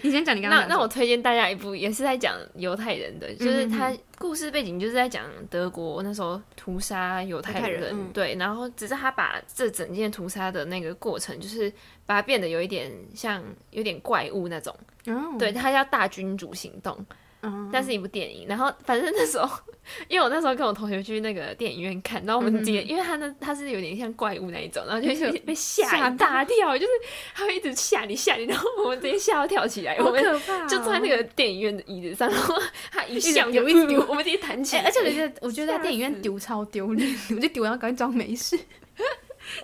Speaker 1: 你先讲你刚刚
Speaker 2: 那
Speaker 1: 讲
Speaker 2: 那
Speaker 1: 什
Speaker 2: 我
Speaker 1: 么嗯
Speaker 2: 推荐大家一部，也是在讲犹太人的，就是他故事背景就是在讲德国那时候屠杀犹太
Speaker 1: 犹太人嗯
Speaker 2: 对，然后只是他把这整件屠杀的那个过程，就是把它变得有一点像有点怪物那种，
Speaker 1: 哦
Speaker 2: 对，他叫大君主行动，
Speaker 1: 嗯
Speaker 2: 但是一部电影，然后反正那时候， 因为我那时候跟我同学去那个电影院看，
Speaker 1: 嗯
Speaker 2: 然后我们姐，因为他那他是有点像怪物那一种，然后 就是被吓
Speaker 1: 吓
Speaker 2: 一大跳，就是他会一直吓你吓你，然后我们直接吓到跳起来，
Speaker 1: 好
Speaker 2: 我们
Speaker 1: 可怕哦、
Speaker 2: 就坐在那个电影院的椅子上，然后他一
Speaker 1: 直
Speaker 2: 向
Speaker 1: 丢
Speaker 2: 就
Speaker 1: 一直丢
Speaker 2: 嗯我们直接弹起
Speaker 1: 哎、
Speaker 2: 来，
Speaker 1: 而且我觉得，我觉得在
Speaker 2: 吓
Speaker 1: 电影院
Speaker 2: 死
Speaker 1: 丢超丢脸， 我就丢，然后赶快装 没事，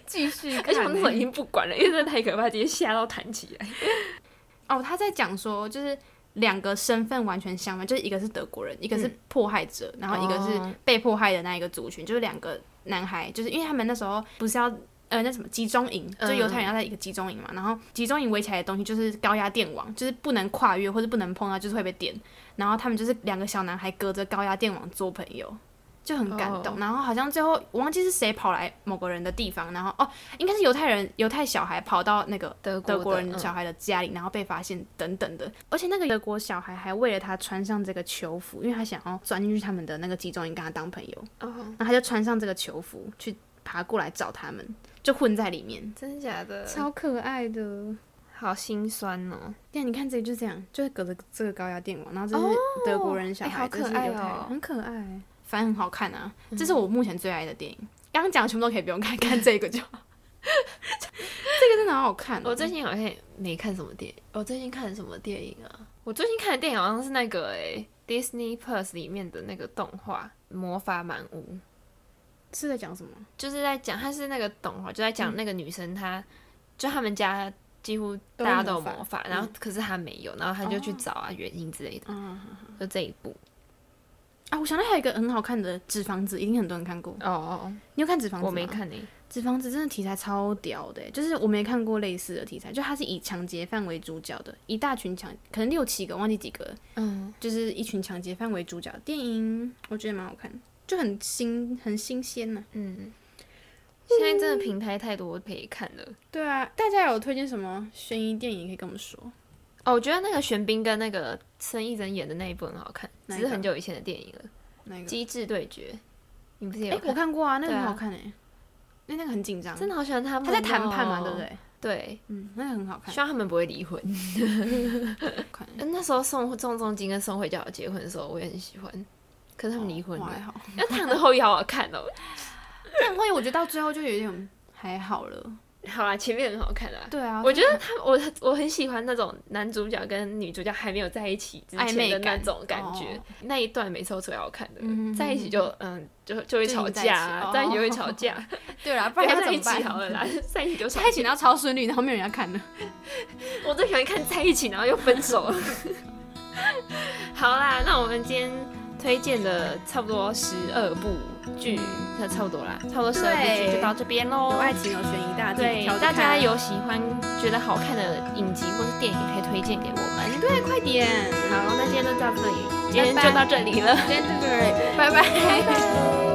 Speaker 1: 继 续看 欸。
Speaker 2: 而且我那时候已经不管了，因为真的太可怕，直接吓到弹起来。
Speaker 1: 哦，他在讲说，就是两个身份完全相反，就是一个是德国人，一个是
Speaker 2: 嗯
Speaker 1: 迫害者，然后一个
Speaker 2: 哦
Speaker 1: 是被迫害的那一个族群，就是两个男孩，就是因为他们那时候不是要。呃，那什么集中营，就
Speaker 2: 嗯
Speaker 1: 犹太人要在一个集中营嘛，然后集中营围起来的东西就是高压电网，就是不能跨越或者不能碰到，就是会被电。然后他们就是两个小男孩隔着高压电网做朋友，就很感动。
Speaker 2: 哦
Speaker 1: 然后好像最后我忘记是谁跑来某个人的地方，然后哦，应该是犹太人，犹太小孩跑到那个
Speaker 2: 德
Speaker 1: 德国人
Speaker 2: 的
Speaker 1: 小孩的嗯家里，然后被发现等等的。而且那个德国小孩还为了他穿上这个囚服，因为他想要钻进去他们的那个集中营，跟他当朋友，
Speaker 2: 哦，
Speaker 1: 然后他就穿上这个囚服去爬过来找他们，就混在里面，
Speaker 2: 真的假的？
Speaker 1: 超可爱的。
Speaker 2: 好心酸哦。
Speaker 1: 对，你看这个就是这样，就是隔着这个高压电网，然后这
Speaker 2: 哦
Speaker 1: 是德国人小
Speaker 2: 哎
Speaker 1: 孩，
Speaker 2: 好
Speaker 1: 这是
Speaker 2: 可
Speaker 1: 犹
Speaker 2: 爱
Speaker 1: 太
Speaker 2: 哦
Speaker 1: 人，很可爱，反正很好看啊。这是我目前最爱的电影。刚刚讲的全部都可以不用看，看这个就好。 这个真的好好看哦、
Speaker 2: 我最近好像也没看什么电影，我最近看什么电影啊？我最近看的电影好像是那个诶、Disney Plus 里面的那个动画《魔法满屋》，
Speaker 1: 是在讲什么？
Speaker 2: 就是在讲，它是那个动画，就在讲那个女生她，就他们家几乎大
Speaker 1: 都有
Speaker 2: 家都有嗯
Speaker 1: 魔法
Speaker 2: 魔法，然后可是她没有，然后她就去找啊原因之类的，就这一部。
Speaker 1: 啊，我想到还有一个很好看的《纸房子》，一定很多人看过。
Speaker 2: 哦哦，
Speaker 1: 你有看《纸房子》
Speaker 2: 我
Speaker 1: 吗？
Speaker 2: 没看欸呢、
Speaker 1: 《纸房子》真的题材超屌的欸，就是我没看过类似的题材，就它是以抢劫犯为主角的，一大群抢，可能六七个，忘记几个了，
Speaker 2: 嗯，
Speaker 1: 就是一群抢劫犯为主角的电影，我觉得蛮好看的，就很新很新鲜啊呐、
Speaker 2: 嗯，现在真的平台太多可以看了。
Speaker 1: 对啊，大家有推荐什么悬疑电影可以跟我们说？
Speaker 2: 哦，我觉得那个玄彬跟那个孙艺珍演的那一部很好看，只
Speaker 1: 哪一
Speaker 2: 是
Speaker 1: 个
Speaker 2: 很久以前的电影了，
Speaker 1: 哪一
Speaker 2: 《
Speaker 1: 个？
Speaker 2: 机智对决》。你不是也
Speaker 1: 哎、
Speaker 2: 有
Speaker 1: 我
Speaker 2: 看？
Speaker 1: 看过啊，那个
Speaker 2: 对啊
Speaker 1: 很好看哎，那那个很紧张，
Speaker 2: 真的好喜欢他们、哦
Speaker 1: 他在谈判嘛，对不？对？
Speaker 2: 对，
Speaker 1: 嗯，那个很好 看
Speaker 2: 希，望他们不会离婚。
Speaker 1: 看
Speaker 2: 那时候宋宋仲基跟宋慧乔结婚的时候，我也很喜欢，可是他们离婚
Speaker 1: 我还
Speaker 2: 了。
Speaker 1: 好。
Speaker 2: 那 他们的后裔好好看哦。
Speaker 1: 但会我觉得到最后就有点还好了。
Speaker 2: 好啦，前面很好看啦。
Speaker 1: 对啊，
Speaker 2: 我觉得他我我很喜欢那种男主角跟女主角还没有在一起之
Speaker 1: 暧
Speaker 2: 前
Speaker 1: 昧
Speaker 2: 的那
Speaker 1: 感
Speaker 2: 种感觉，
Speaker 1: 哦
Speaker 2: 那一段每次都最好看的。
Speaker 1: 嗯
Speaker 2: 在一起就嗯就就会
Speaker 1: 就已
Speaker 2: 吵
Speaker 1: 经
Speaker 2: 架
Speaker 1: 在一起
Speaker 2: 啊，
Speaker 1: 哦
Speaker 2: 在一起就会吵架，
Speaker 1: 对啦， 不
Speaker 2: 不
Speaker 1: 然
Speaker 2: 要
Speaker 1: 要
Speaker 2: 在
Speaker 1: 怎
Speaker 2: 一
Speaker 1: 么
Speaker 2: 起
Speaker 1: 办？
Speaker 2: 好了 啦，在一起就吵
Speaker 1: 在一起然后超顺利，然后没有人要看了。
Speaker 2: 架。我最喜欢看在一起然后又分手了。 好啦，那我们今天推荐的差不多十二部剧，那差不多啦，差不多十二部剧
Speaker 1: 对
Speaker 2: 就到这边喽。
Speaker 1: 哦爱情有悬疑，大家自己
Speaker 2: 对
Speaker 1: 挑，着
Speaker 2: 大家
Speaker 1: 看
Speaker 2: 有喜欢觉得好看的影集或是电影，可以推荐给我们。
Speaker 1: 对，快点，
Speaker 2: 好，那今天就到这里，今
Speaker 1: 拜
Speaker 2: 天就到这里了。
Speaker 1: 对对对，拜拜。
Speaker 2: 拜拜